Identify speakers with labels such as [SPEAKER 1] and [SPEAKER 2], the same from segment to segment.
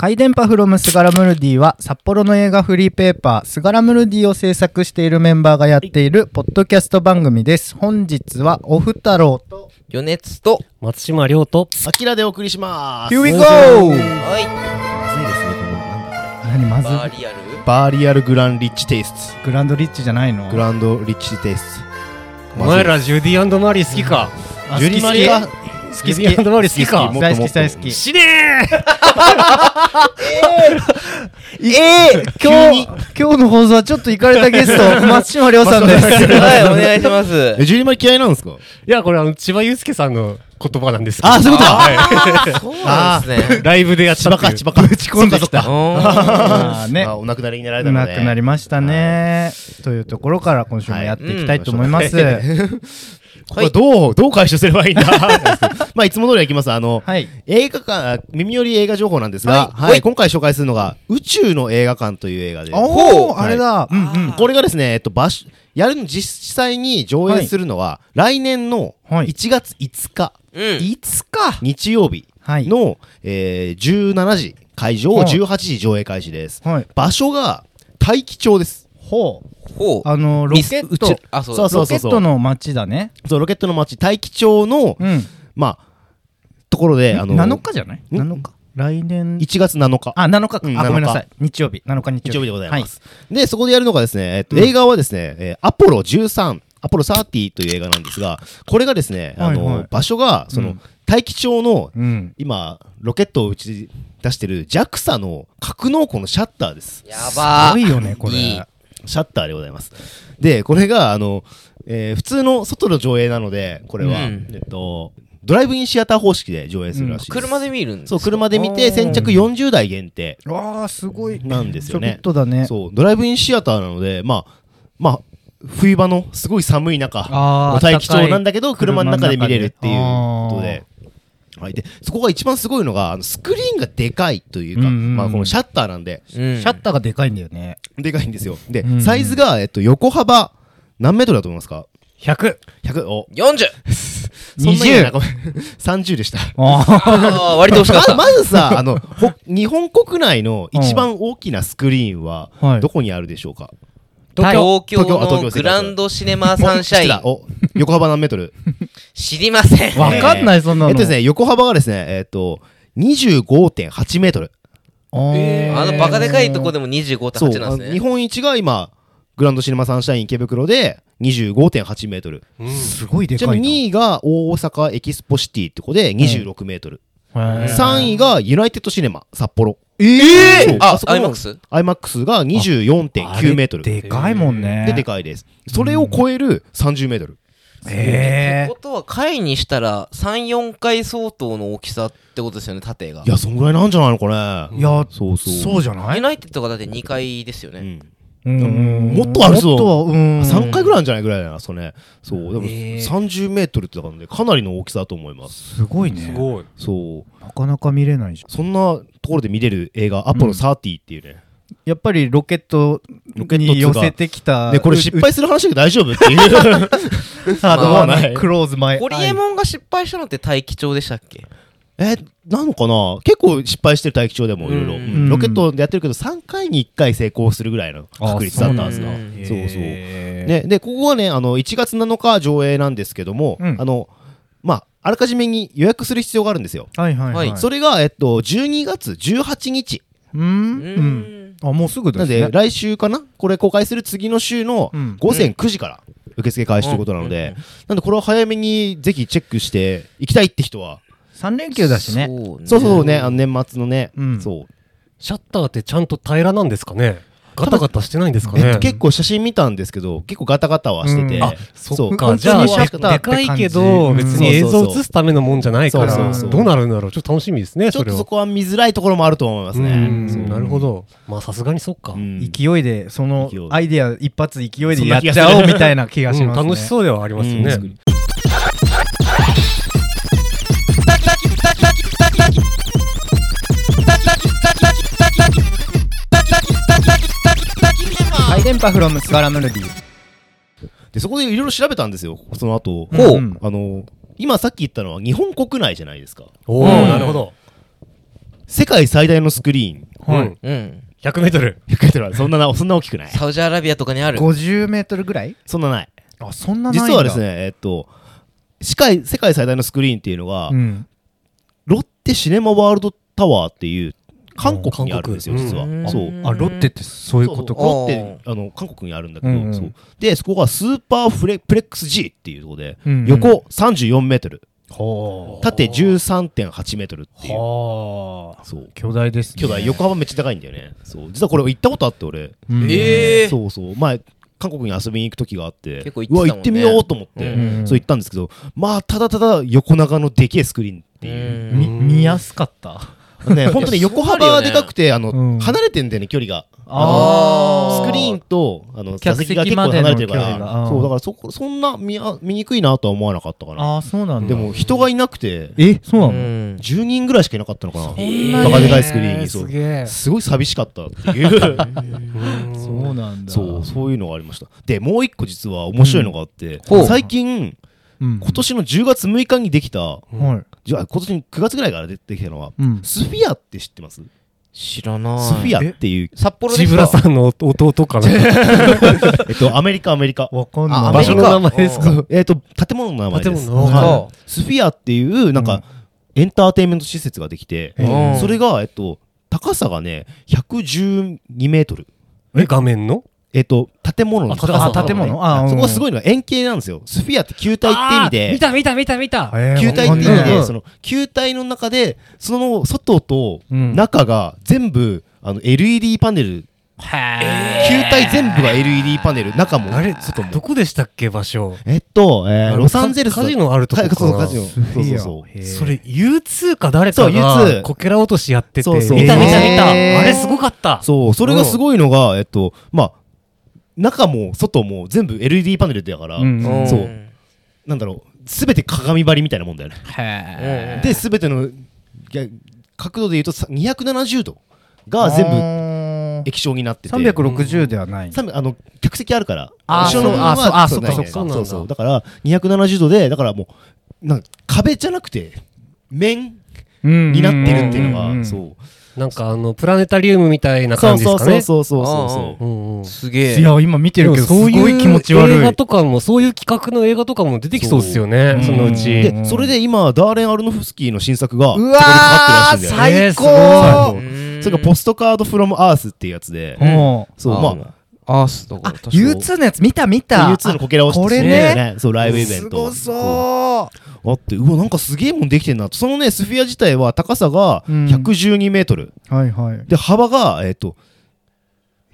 [SPEAKER 1] 回電波フロムスガラムルディは札幌の映画フリーペーパースガラムルディを制作しているメンバーがやっているポッドキャスト番組です。本日はオフ太郎と
[SPEAKER 2] 余熱と、
[SPEAKER 3] 松島亮と、
[SPEAKER 4] アキラでお送りします。
[SPEAKER 1] Here we go!
[SPEAKER 2] はい、
[SPEAKER 4] 熱いですね、この、な
[SPEAKER 1] 何まず
[SPEAKER 4] んだ
[SPEAKER 2] バーリアル
[SPEAKER 4] バーリアルグランリッチテイス
[SPEAKER 1] グランドリッチじゃないの
[SPEAKER 4] ト。グランドリッチテイス
[SPEAKER 3] お前らジュディマリー好きか
[SPEAKER 1] あ
[SPEAKER 4] ジュリマリが
[SPEAKER 1] 好
[SPEAKER 3] 好
[SPEAKER 1] き好き
[SPEAKER 3] ジュディマリー好きか
[SPEAKER 4] もっと
[SPEAKER 1] 大
[SPEAKER 4] も
[SPEAKER 1] 好
[SPEAKER 4] っ
[SPEAKER 1] き
[SPEAKER 4] と
[SPEAKER 1] 大好き。
[SPEAKER 3] 死ねー
[SPEAKER 2] えー、
[SPEAKER 1] 今日今日の放送はちょっと行かれたゲスト松島亮さんです。
[SPEAKER 2] はい、お願いします
[SPEAKER 4] え、。ジュリマリ嫌いなんですか
[SPEAKER 3] いや、これあの、千葉祐介さんの言葉なんですけど。
[SPEAKER 4] あ、そういうこと
[SPEAKER 2] そうなんですね。
[SPEAKER 3] ライブでやったっていう。
[SPEAKER 4] 葉か。ぶち込んできた。
[SPEAKER 2] お
[SPEAKER 1] まあね
[SPEAKER 4] あ、お亡くなりになられ
[SPEAKER 1] う
[SPEAKER 4] たの
[SPEAKER 1] ま
[SPEAKER 4] で。
[SPEAKER 1] くなりましたね。というところから今週もやっていきたいと思います。
[SPEAKER 4] はい
[SPEAKER 1] は
[SPEAKER 4] これどう、どう回収すればいいんだ まあ、いつも通りはいきます。あの、
[SPEAKER 1] い。
[SPEAKER 4] 映画館、耳より映画情報なんですが、
[SPEAKER 2] はい
[SPEAKER 4] は
[SPEAKER 2] はい
[SPEAKER 4] い、今回紹介するのが、宇宙の映画館という映画で。
[SPEAKER 1] お
[SPEAKER 2] ほう
[SPEAKER 1] おあれだ。うんうん。
[SPEAKER 4] これがですね、えっと、場所、やるの、実際に上映するのは、来年の
[SPEAKER 1] はい
[SPEAKER 4] 1月5日、
[SPEAKER 2] うん。
[SPEAKER 1] いつか。
[SPEAKER 4] 日曜日
[SPEAKER 1] はい。
[SPEAKER 4] の、えー17時会場、
[SPEAKER 1] はい
[SPEAKER 4] 18時上映開始です。
[SPEAKER 1] はい。
[SPEAKER 4] 場所が大気町です。
[SPEAKER 1] ほう。
[SPEAKER 2] ほう。
[SPEAKER 1] あのロ
[SPEAKER 2] ミ
[SPEAKER 1] ケ
[SPEAKER 2] ス
[SPEAKER 1] ッ
[SPEAKER 2] うち
[SPEAKER 1] ト。
[SPEAKER 2] あ、そう
[SPEAKER 4] そ
[SPEAKER 2] だ
[SPEAKER 4] う。そう
[SPEAKER 1] ロケットの街だね。
[SPEAKER 4] そうロケットの町、大気町の、
[SPEAKER 1] うん。
[SPEAKER 4] まあ、ところで、あの、
[SPEAKER 1] 7日じゃない
[SPEAKER 4] ん
[SPEAKER 1] ?7 日。来年。
[SPEAKER 4] 1月7日。
[SPEAKER 1] あ、7日
[SPEAKER 4] うん
[SPEAKER 1] か。あ、ごめんなさい。日曜日。7日日曜日。
[SPEAKER 4] 日曜日でございます。で、そこでやるのがですね、えっと、映画はですね、えーアポロ13、アポロ30という映画なんですが、これがですね、あの、
[SPEAKER 1] はいはい
[SPEAKER 4] 場所が、その、
[SPEAKER 1] うん
[SPEAKER 4] 大気町の、
[SPEAKER 1] はい。うん。
[SPEAKER 4] 今、ロケットを打ち出してる JAXA の格納庫のシャッターです。
[SPEAKER 2] やば
[SPEAKER 1] すご
[SPEAKER 2] ー。
[SPEAKER 1] いよね、こ
[SPEAKER 2] いい
[SPEAKER 1] れ。
[SPEAKER 4] シャッターでございます。で、これが、あの、えー普通の外の上映なので、これは、
[SPEAKER 2] うん
[SPEAKER 4] えっと、ドライブインシアター方式で上映するらしいです。
[SPEAKER 2] 車で見るんです
[SPEAKER 4] そう、車で見て、
[SPEAKER 1] あー
[SPEAKER 4] 先着40台限定
[SPEAKER 1] わあ、すごい。
[SPEAKER 4] なんです
[SPEAKER 1] ちょ
[SPEAKER 4] よ
[SPEAKER 1] びっ
[SPEAKER 4] ね。
[SPEAKER 1] とだね。
[SPEAKER 4] そう、ドライブインシアターなので、まあ、まあ、冬場のすごい寒い中、
[SPEAKER 1] あ
[SPEAKER 4] 大気町なん
[SPEAKER 1] だ
[SPEAKER 4] だけど、車の中で見れるっていうこと
[SPEAKER 1] あー
[SPEAKER 4] で。はい、でそこが一番すごいのがあのスクリーンがでかいというか、
[SPEAKER 1] うんうんうん
[SPEAKER 4] まあ、このシャッターなんで
[SPEAKER 2] うん。
[SPEAKER 1] シャッターがでかいんだよね。
[SPEAKER 4] でかいんですよで、
[SPEAKER 1] うんうん
[SPEAKER 4] サイズが、えっと、横幅何メートルだと思いますか
[SPEAKER 3] 100。
[SPEAKER 4] 100お
[SPEAKER 2] 40!
[SPEAKER 4] そんなに
[SPEAKER 1] 20
[SPEAKER 4] なごめん 30でした
[SPEAKER 1] あ
[SPEAKER 2] あー割と惜しかっ
[SPEAKER 4] ま
[SPEAKER 2] た。
[SPEAKER 4] まずさあのほ日本国内の一番大きなスクリーンは
[SPEAKER 1] あ。はい
[SPEAKER 4] ど。こにあるでしょうか、
[SPEAKER 2] 東京
[SPEAKER 4] 東京あ東
[SPEAKER 2] の
[SPEAKER 4] 京
[SPEAKER 2] グランドシネマサンシャ
[SPEAKER 4] 失礼
[SPEAKER 2] イ
[SPEAKER 4] だ
[SPEAKER 2] ン。
[SPEAKER 4] お横幅何メートル
[SPEAKER 2] 知りません。
[SPEAKER 1] わかんない、そんなの。
[SPEAKER 4] えっとですね横幅がですねえっと25.8メートル
[SPEAKER 1] あー。
[SPEAKER 3] えー
[SPEAKER 2] あのバカでかいとこ
[SPEAKER 1] で。
[SPEAKER 2] でも
[SPEAKER 4] そう
[SPEAKER 2] 25.8な
[SPEAKER 4] あ
[SPEAKER 2] ん
[SPEAKER 4] の
[SPEAKER 2] ですね。
[SPEAKER 4] 日本一が今グランドシネマサンシャイン池袋で25.8メートル
[SPEAKER 1] すごいで
[SPEAKER 4] ち
[SPEAKER 1] か
[SPEAKER 4] ないみ
[SPEAKER 1] な。
[SPEAKER 4] に2位が大阪エキスポシティってとこで26メートル、
[SPEAKER 1] へー
[SPEAKER 4] 3位がユナイテッドシネマ札幌
[SPEAKER 1] え
[SPEAKER 4] そう
[SPEAKER 2] あ
[SPEAKER 4] あ、そこ
[SPEAKER 2] アイ
[SPEAKER 4] の
[SPEAKER 2] マックス
[SPEAKER 4] IMAX が24.9メートル。
[SPEAKER 1] でかいもんね。
[SPEAKER 4] で、でかいです。それを超える30メートル。
[SPEAKER 1] へ
[SPEAKER 2] って
[SPEAKER 1] ー
[SPEAKER 2] ことは、回にしたら3、4回相当の大きさってことですよね、縦が
[SPEAKER 4] い。や、そんぐらいなんじゃないのこれ。
[SPEAKER 1] いや、
[SPEAKER 4] そうそう。
[SPEAKER 1] そうじゃな
[SPEAKER 2] ユ
[SPEAKER 1] い
[SPEAKER 2] ナイテッドがだって2回ですよ
[SPEAKER 4] う
[SPEAKER 2] ね。
[SPEAKER 4] ん
[SPEAKER 1] うん
[SPEAKER 4] もっとあるぞ
[SPEAKER 1] もっとは、うん。
[SPEAKER 4] 3回ぐらいなんじゃないぐらいだな、それ。そう。でも、
[SPEAKER 2] へー
[SPEAKER 4] 30メートルってだからね、かなりの大きさだと思います。
[SPEAKER 1] すごいね。
[SPEAKER 3] すごい。
[SPEAKER 4] そう。
[SPEAKER 1] なかなか見れないじゃん。
[SPEAKER 4] そんなところで見れる映画、アポロ30っていうね。
[SPEAKER 1] やっぱりロケット
[SPEAKER 4] ロケットっ
[SPEAKER 1] に
[SPEAKER 4] つう
[SPEAKER 1] 寄
[SPEAKER 4] か
[SPEAKER 1] せてきた。
[SPEAKER 4] で、これ
[SPEAKER 1] う
[SPEAKER 4] 失敗する話だけど大丈夫っていう。
[SPEAKER 1] ハードワー
[SPEAKER 4] ま
[SPEAKER 1] ナ
[SPEAKER 4] あな
[SPEAKER 1] ー
[SPEAKER 4] い
[SPEAKER 1] クローズ前。
[SPEAKER 2] ホリエモンが失敗したのって大気町でしたっけ
[SPEAKER 4] え、なのかな結構失敗してる大気町でもいろいろ。
[SPEAKER 2] う
[SPEAKER 4] うんんロケットでやってるけど、3回に1回成功するぐらいの確率だったんですが
[SPEAKER 2] あ。
[SPEAKER 4] そうそう。
[SPEAKER 1] ね。
[SPEAKER 4] ね、でここはねあの1月7日上映なんですけども、
[SPEAKER 1] うん
[SPEAKER 4] あのまあ、あらかじめに予約する必要があるんですよ、
[SPEAKER 1] はいはいはい。
[SPEAKER 2] はい
[SPEAKER 4] それが、えっと、12月18日
[SPEAKER 1] うーん。うん。あ、もうすぐ
[SPEAKER 4] な
[SPEAKER 1] で
[SPEAKER 4] ん
[SPEAKER 1] す
[SPEAKER 4] で
[SPEAKER 1] ね。
[SPEAKER 4] 来週かなこれ公開する次の週の
[SPEAKER 1] うん
[SPEAKER 4] 午前9時から受付開始ということなので、なんでこれは早めにぜひチェックして行きたいって人は、
[SPEAKER 1] 3連休だしね。
[SPEAKER 2] そうね
[SPEAKER 4] そうそうねあの年末のね、
[SPEAKER 1] うん
[SPEAKER 4] そう
[SPEAKER 3] シャッターってちゃんと平らなんですかねガタガタしてないんですか
[SPEAKER 4] えっ
[SPEAKER 3] ね
[SPEAKER 4] と、結構写真見たんですけど結構ガタガタはしてて、
[SPEAKER 1] うん
[SPEAKER 3] あ、そっ
[SPEAKER 1] そ
[SPEAKER 3] か。
[SPEAKER 1] う
[SPEAKER 3] じゃあ、
[SPEAKER 1] 本当にシャッター
[SPEAKER 3] で
[SPEAKER 1] って感
[SPEAKER 3] か
[SPEAKER 1] じ
[SPEAKER 3] いけど、別に映像映すためのもんじゃないか
[SPEAKER 4] そう
[SPEAKER 1] そう
[SPEAKER 3] ら、
[SPEAKER 1] そう
[SPEAKER 3] どうなるんだろう。ちょっと楽しみですね、
[SPEAKER 4] ちょっ
[SPEAKER 3] それ
[SPEAKER 4] とそ
[SPEAKER 3] は。
[SPEAKER 4] こは見づらいところもあると思います
[SPEAKER 3] う
[SPEAKER 4] ね。
[SPEAKER 3] んなるほど。まあ、さすがにそっか
[SPEAKER 4] う。ん
[SPEAKER 1] 勢いで、その
[SPEAKER 4] 勢い
[SPEAKER 1] アイデア一発勢いでやっちゃおうみたいな気がし
[SPEAKER 3] うん
[SPEAKER 1] ますね。
[SPEAKER 3] 楽しそうではありますよ
[SPEAKER 4] う
[SPEAKER 3] ね
[SPEAKER 4] ん。
[SPEAKER 1] はい、電波フロムスガラムルディ。
[SPEAKER 4] でそこでいろいろ調べたんですよその後、
[SPEAKER 2] ほうん
[SPEAKER 4] あの今さっき言ったのは日本国内じゃないですか
[SPEAKER 3] おお、なるほど。
[SPEAKER 4] 世界最大のスクリーン。
[SPEAKER 1] はい
[SPEAKER 3] うん
[SPEAKER 2] うん。
[SPEAKER 3] 100メートル。
[SPEAKER 4] 100m はそんなな、そんな大きくない。
[SPEAKER 2] サウジアラビアとかにある。
[SPEAKER 1] 50メートルぐらい
[SPEAKER 4] そんなない。
[SPEAKER 1] あそんなないんだ
[SPEAKER 4] 実はですね、えっと、世界、世界最大のスクリーンっていうのが、
[SPEAKER 1] うん、
[SPEAKER 4] ロッテシネマワールドタワーっていう、韓国にあるんですよ、
[SPEAKER 3] うん
[SPEAKER 4] 実は。
[SPEAKER 2] うん
[SPEAKER 4] そう。
[SPEAKER 1] あロッテってそういうことか
[SPEAKER 4] そうそうロッ
[SPEAKER 2] あ
[SPEAKER 4] テあの韓国にあるんだけど、
[SPEAKER 1] うんうん
[SPEAKER 4] そうでそこがスーパーフレプレックス G っていうところで、
[SPEAKER 1] うんうん
[SPEAKER 4] 横34メートル
[SPEAKER 3] は
[SPEAKER 4] 縦13.8メートルっていう
[SPEAKER 3] はあ。
[SPEAKER 4] そう
[SPEAKER 1] 巨大ですね
[SPEAKER 4] 巨大横幅めっちゃ高いんだよねそう実はこれ行ったことあって俺、
[SPEAKER 1] うん
[SPEAKER 2] ええ。
[SPEAKER 4] そうそう前韓国に遊びに行く時があって
[SPEAKER 2] 結構行って
[SPEAKER 4] う
[SPEAKER 2] たも
[SPEAKER 4] わ
[SPEAKER 2] んね
[SPEAKER 4] 行ってみようと思って、
[SPEAKER 1] うん
[SPEAKER 4] そう行ったんですけどまあただただ横長のでけえスクリーンっていう、
[SPEAKER 2] うん
[SPEAKER 1] み見やすかった
[SPEAKER 4] ね本当に横幅はでかくてあの、
[SPEAKER 1] うん
[SPEAKER 4] 離れてんだよね距離が
[SPEAKER 2] あ
[SPEAKER 4] スクリーンとあの
[SPEAKER 1] 客
[SPEAKER 4] 座
[SPEAKER 1] 席
[SPEAKER 4] 席が結構離れてるか
[SPEAKER 1] までの距離が
[SPEAKER 4] ら、
[SPEAKER 1] うん
[SPEAKER 4] そうだからそこそんな見あ見にくいなとは思わなかったかな。
[SPEAKER 1] ああそうなんだ
[SPEAKER 4] でも人がいなくて、
[SPEAKER 1] えそうなの、
[SPEAKER 2] うん
[SPEAKER 4] 10人ぐらいしかいなかったのかな。
[SPEAKER 1] ー
[SPEAKER 4] バカでかいスクリーンにそ
[SPEAKER 1] す
[SPEAKER 4] う
[SPEAKER 1] げえ
[SPEAKER 4] すごい寂しかったっていう。
[SPEAKER 1] そうなんだ
[SPEAKER 4] そう、そういうのがありました。で、もう一個実は面白いのがあって、
[SPEAKER 2] ほう
[SPEAKER 4] 最近、
[SPEAKER 1] うん、
[SPEAKER 4] 今年の10月6日にできた、
[SPEAKER 1] はい
[SPEAKER 4] じゃあ今年の9月ぐらいから出てきたのは、
[SPEAKER 1] うん
[SPEAKER 4] スフィアって知ってますス
[SPEAKER 2] 知らない。
[SPEAKER 4] フィアっていう、
[SPEAKER 2] 札幌で
[SPEAKER 3] ジ
[SPEAKER 2] す
[SPEAKER 3] ブ
[SPEAKER 2] か
[SPEAKER 3] ラさんの弟かな。
[SPEAKER 4] えっと、アメリカ、アメリカ。
[SPEAKER 1] わかん
[SPEAKER 2] あ
[SPEAKER 1] ない
[SPEAKER 3] 場所の名前
[SPEAKER 2] アメリカ
[SPEAKER 3] ですか
[SPEAKER 4] そうえっと、建物の名前で
[SPEAKER 3] 建
[SPEAKER 4] す。
[SPEAKER 3] 物の名前
[SPEAKER 2] は
[SPEAKER 4] スフィアっていうなんか、エンターテインメント施設ができて、
[SPEAKER 2] うん
[SPEAKER 4] それが、えっと、高さがね112メートル、
[SPEAKER 3] え、画面の
[SPEAKER 4] えっと、建物の高さ
[SPEAKER 1] あ建物あ
[SPEAKER 4] そこがす
[SPEAKER 1] い
[SPEAKER 4] ごいのは円形なんですよスフィアって球体って意味で
[SPEAKER 5] た見た見た見た
[SPEAKER 4] 球体って意味でそ
[SPEAKER 1] の
[SPEAKER 4] の球体の中でその外と
[SPEAKER 1] うん
[SPEAKER 4] 中が全部あの LED パネル球体全部が LED パネル中も
[SPEAKER 3] あれ、ちょっとどこでしたっけ、場所。
[SPEAKER 4] えっと、え
[SPEAKER 3] あ
[SPEAKER 4] ー
[SPEAKER 3] の
[SPEAKER 4] ロサンゼルス
[SPEAKER 3] カカジノあるとこ
[SPEAKER 4] か
[SPEAKER 3] かな
[SPEAKER 4] そうカジノ
[SPEAKER 1] スフィア
[SPEAKER 4] そうそうそう
[SPEAKER 3] それ U2 か誰
[SPEAKER 4] そ
[SPEAKER 3] か
[SPEAKER 4] う U2
[SPEAKER 3] がこけら落としやってて
[SPEAKER 4] そうそう
[SPEAKER 5] 見た見た見たあ
[SPEAKER 1] へー
[SPEAKER 5] れすごかった
[SPEAKER 4] そう、それがすごいのが、えっと、まあ、中も外も全部 LED パネルだから、
[SPEAKER 1] うん
[SPEAKER 2] うん
[SPEAKER 4] そうなんだろう、すべて鏡張りみたいなもんだよね。
[SPEAKER 2] うん
[SPEAKER 4] で、すべてのいや角度で言うとさ270度が全部
[SPEAKER 1] 部
[SPEAKER 4] 液晶になってて。
[SPEAKER 1] 360ではない
[SPEAKER 4] 三百あの客席あるから、
[SPEAKER 1] あー
[SPEAKER 4] 後ろの
[SPEAKER 1] そう
[SPEAKER 4] は
[SPEAKER 1] あそうあ
[SPEAKER 4] そうない
[SPEAKER 1] そっ
[SPEAKER 3] か
[SPEAKER 4] ね
[SPEAKER 3] そっか
[SPEAKER 4] そう
[SPEAKER 3] そう
[SPEAKER 4] そ
[SPEAKER 3] なん
[SPEAKER 4] う。だから270度で、だからもうなんか壁じゃなくて面に
[SPEAKER 1] に
[SPEAKER 4] なってるっていうのが、
[SPEAKER 1] う
[SPEAKER 4] そう。
[SPEAKER 3] なんかあのプラネタリウムみたいな
[SPEAKER 4] そ
[SPEAKER 3] 感
[SPEAKER 4] う
[SPEAKER 3] じで
[SPEAKER 4] そ
[SPEAKER 3] すか
[SPEAKER 4] うそう
[SPEAKER 3] ね
[SPEAKER 4] そうそうそう。
[SPEAKER 3] うんうん
[SPEAKER 2] すげ
[SPEAKER 1] い
[SPEAKER 2] え。
[SPEAKER 1] や今見てるけどすごい気持ち悪
[SPEAKER 3] 映画
[SPEAKER 1] い
[SPEAKER 3] とかもそういう企画の映画とかも出てきそうですよね
[SPEAKER 1] そう
[SPEAKER 3] そのうち、
[SPEAKER 1] う
[SPEAKER 4] で、
[SPEAKER 1] ん
[SPEAKER 4] それで今、ダーレン・アルノフスキーの新作が、
[SPEAKER 1] うわー
[SPEAKER 4] そこにかかってるらしいんだよ
[SPEAKER 1] 最
[SPEAKER 3] ね
[SPEAKER 4] ね
[SPEAKER 1] 高
[SPEAKER 2] う
[SPEAKER 4] 最高
[SPEAKER 2] ん
[SPEAKER 4] それがポストカード・フロム・アースっていうやつで、
[SPEAKER 1] もう
[SPEAKER 4] そう、
[SPEAKER 2] あ
[SPEAKER 4] ま
[SPEAKER 2] アースと
[SPEAKER 1] あ
[SPEAKER 2] か。確か
[SPEAKER 1] U2 のやつ見た見
[SPEAKER 4] あ、
[SPEAKER 1] た
[SPEAKER 4] U2 のこけら落ち
[SPEAKER 1] これ
[SPEAKER 4] てするんだよね、そう、ライブイベ
[SPEAKER 1] す
[SPEAKER 4] ン
[SPEAKER 1] ご
[SPEAKER 4] ト。
[SPEAKER 1] そう
[SPEAKER 4] うあって、うわ、なんかすげえもんできてんなと。そのね、スフィア自体は高さが
[SPEAKER 1] うん
[SPEAKER 4] 112メートル。
[SPEAKER 1] はいはい
[SPEAKER 4] で、幅が、えっと、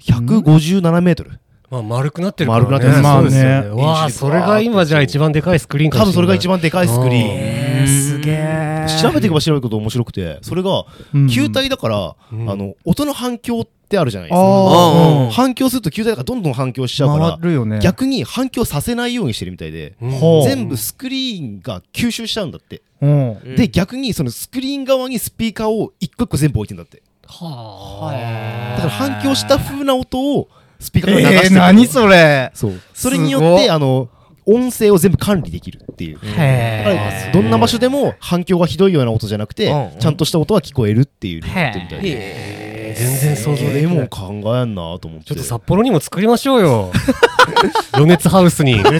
[SPEAKER 4] 157メートル。
[SPEAKER 3] まあ、丸くなってるから、ね、
[SPEAKER 4] 丸くなってる
[SPEAKER 1] まあね
[SPEAKER 3] そうですよわあ
[SPEAKER 4] 演じ
[SPEAKER 3] それが今じゃあ一番でかいスクリーンか
[SPEAKER 4] 多
[SPEAKER 3] も
[SPEAKER 4] 分
[SPEAKER 3] し
[SPEAKER 4] そ
[SPEAKER 3] れ
[SPEAKER 4] れ
[SPEAKER 3] な
[SPEAKER 4] が
[SPEAKER 3] い
[SPEAKER 4] 一番でかいスクリーン。
[SPEAKER 1] えーすげえ
[SPEAKER 4] 調べていけば調べること面白くて、それが、
[SPEAKER 1] うん
[SPEAKER 4] 球体だから、
[SPEAKER 3] うん
[SPEAKER 4] あの、音の反響ってあるじゃないですか。
[SPEAKER 1] あ
[SPEAKER 2] うん
[SPEAKER 1] ー
[SPEAKER 4] 反響すると球体だからどんどん反響しちゃうから、
[SPEAKER 1] 回るよね
[SPEAKER 4] 逆に反響させないようにしてるみたいで、
[SPEAKER 3] うん
[SPEAKER 1] ほう
[SPEAKER 4] 全部スクリーンが吸収しちゃうんだって、
[SPEAKER 1] うん
[SPEAKER 2] うん
[SPEAKER 4] で逆にそのスクリーン側にスピーカーを一個一個全部置いてんだってだ
[SPEAKER 3] は
[SPEAKER 4] から反響した風な音をスピーカーから流し
[SPEAKER 1] え
[SPEAKER 4] て
[SPEAKER 1] ー
[SPEAKER 4] る
[SPEAKER 1] 何それ
[SPEAKER 4] そうそれによっ
[SPEAKER 1] すご
[SPEAKER 4] てあの音声を全部管理できるっていうだか
[SPEAKER 1] へ
[SPEAKER 4] らどんな場所でも反響がひどいような音じゃなくて、
[SPEAKER 2] うんうん
[SPEAKER 4] ちゃんとした音は聞こえるっていうのをやってみたいで
[SPEAKER 3] あ全然想像でき
[SPEAKER 4] ええ
[SPEAKER 3] な
[SPEAKER 4] もん
[SPEAKER 3] い
[SPEAKER 4] 考えんなと思って
[SPEAKER 3] ちょっと札幌にも作りましょうよ余熱ハウスに
[SPEAKER 2] 狭い。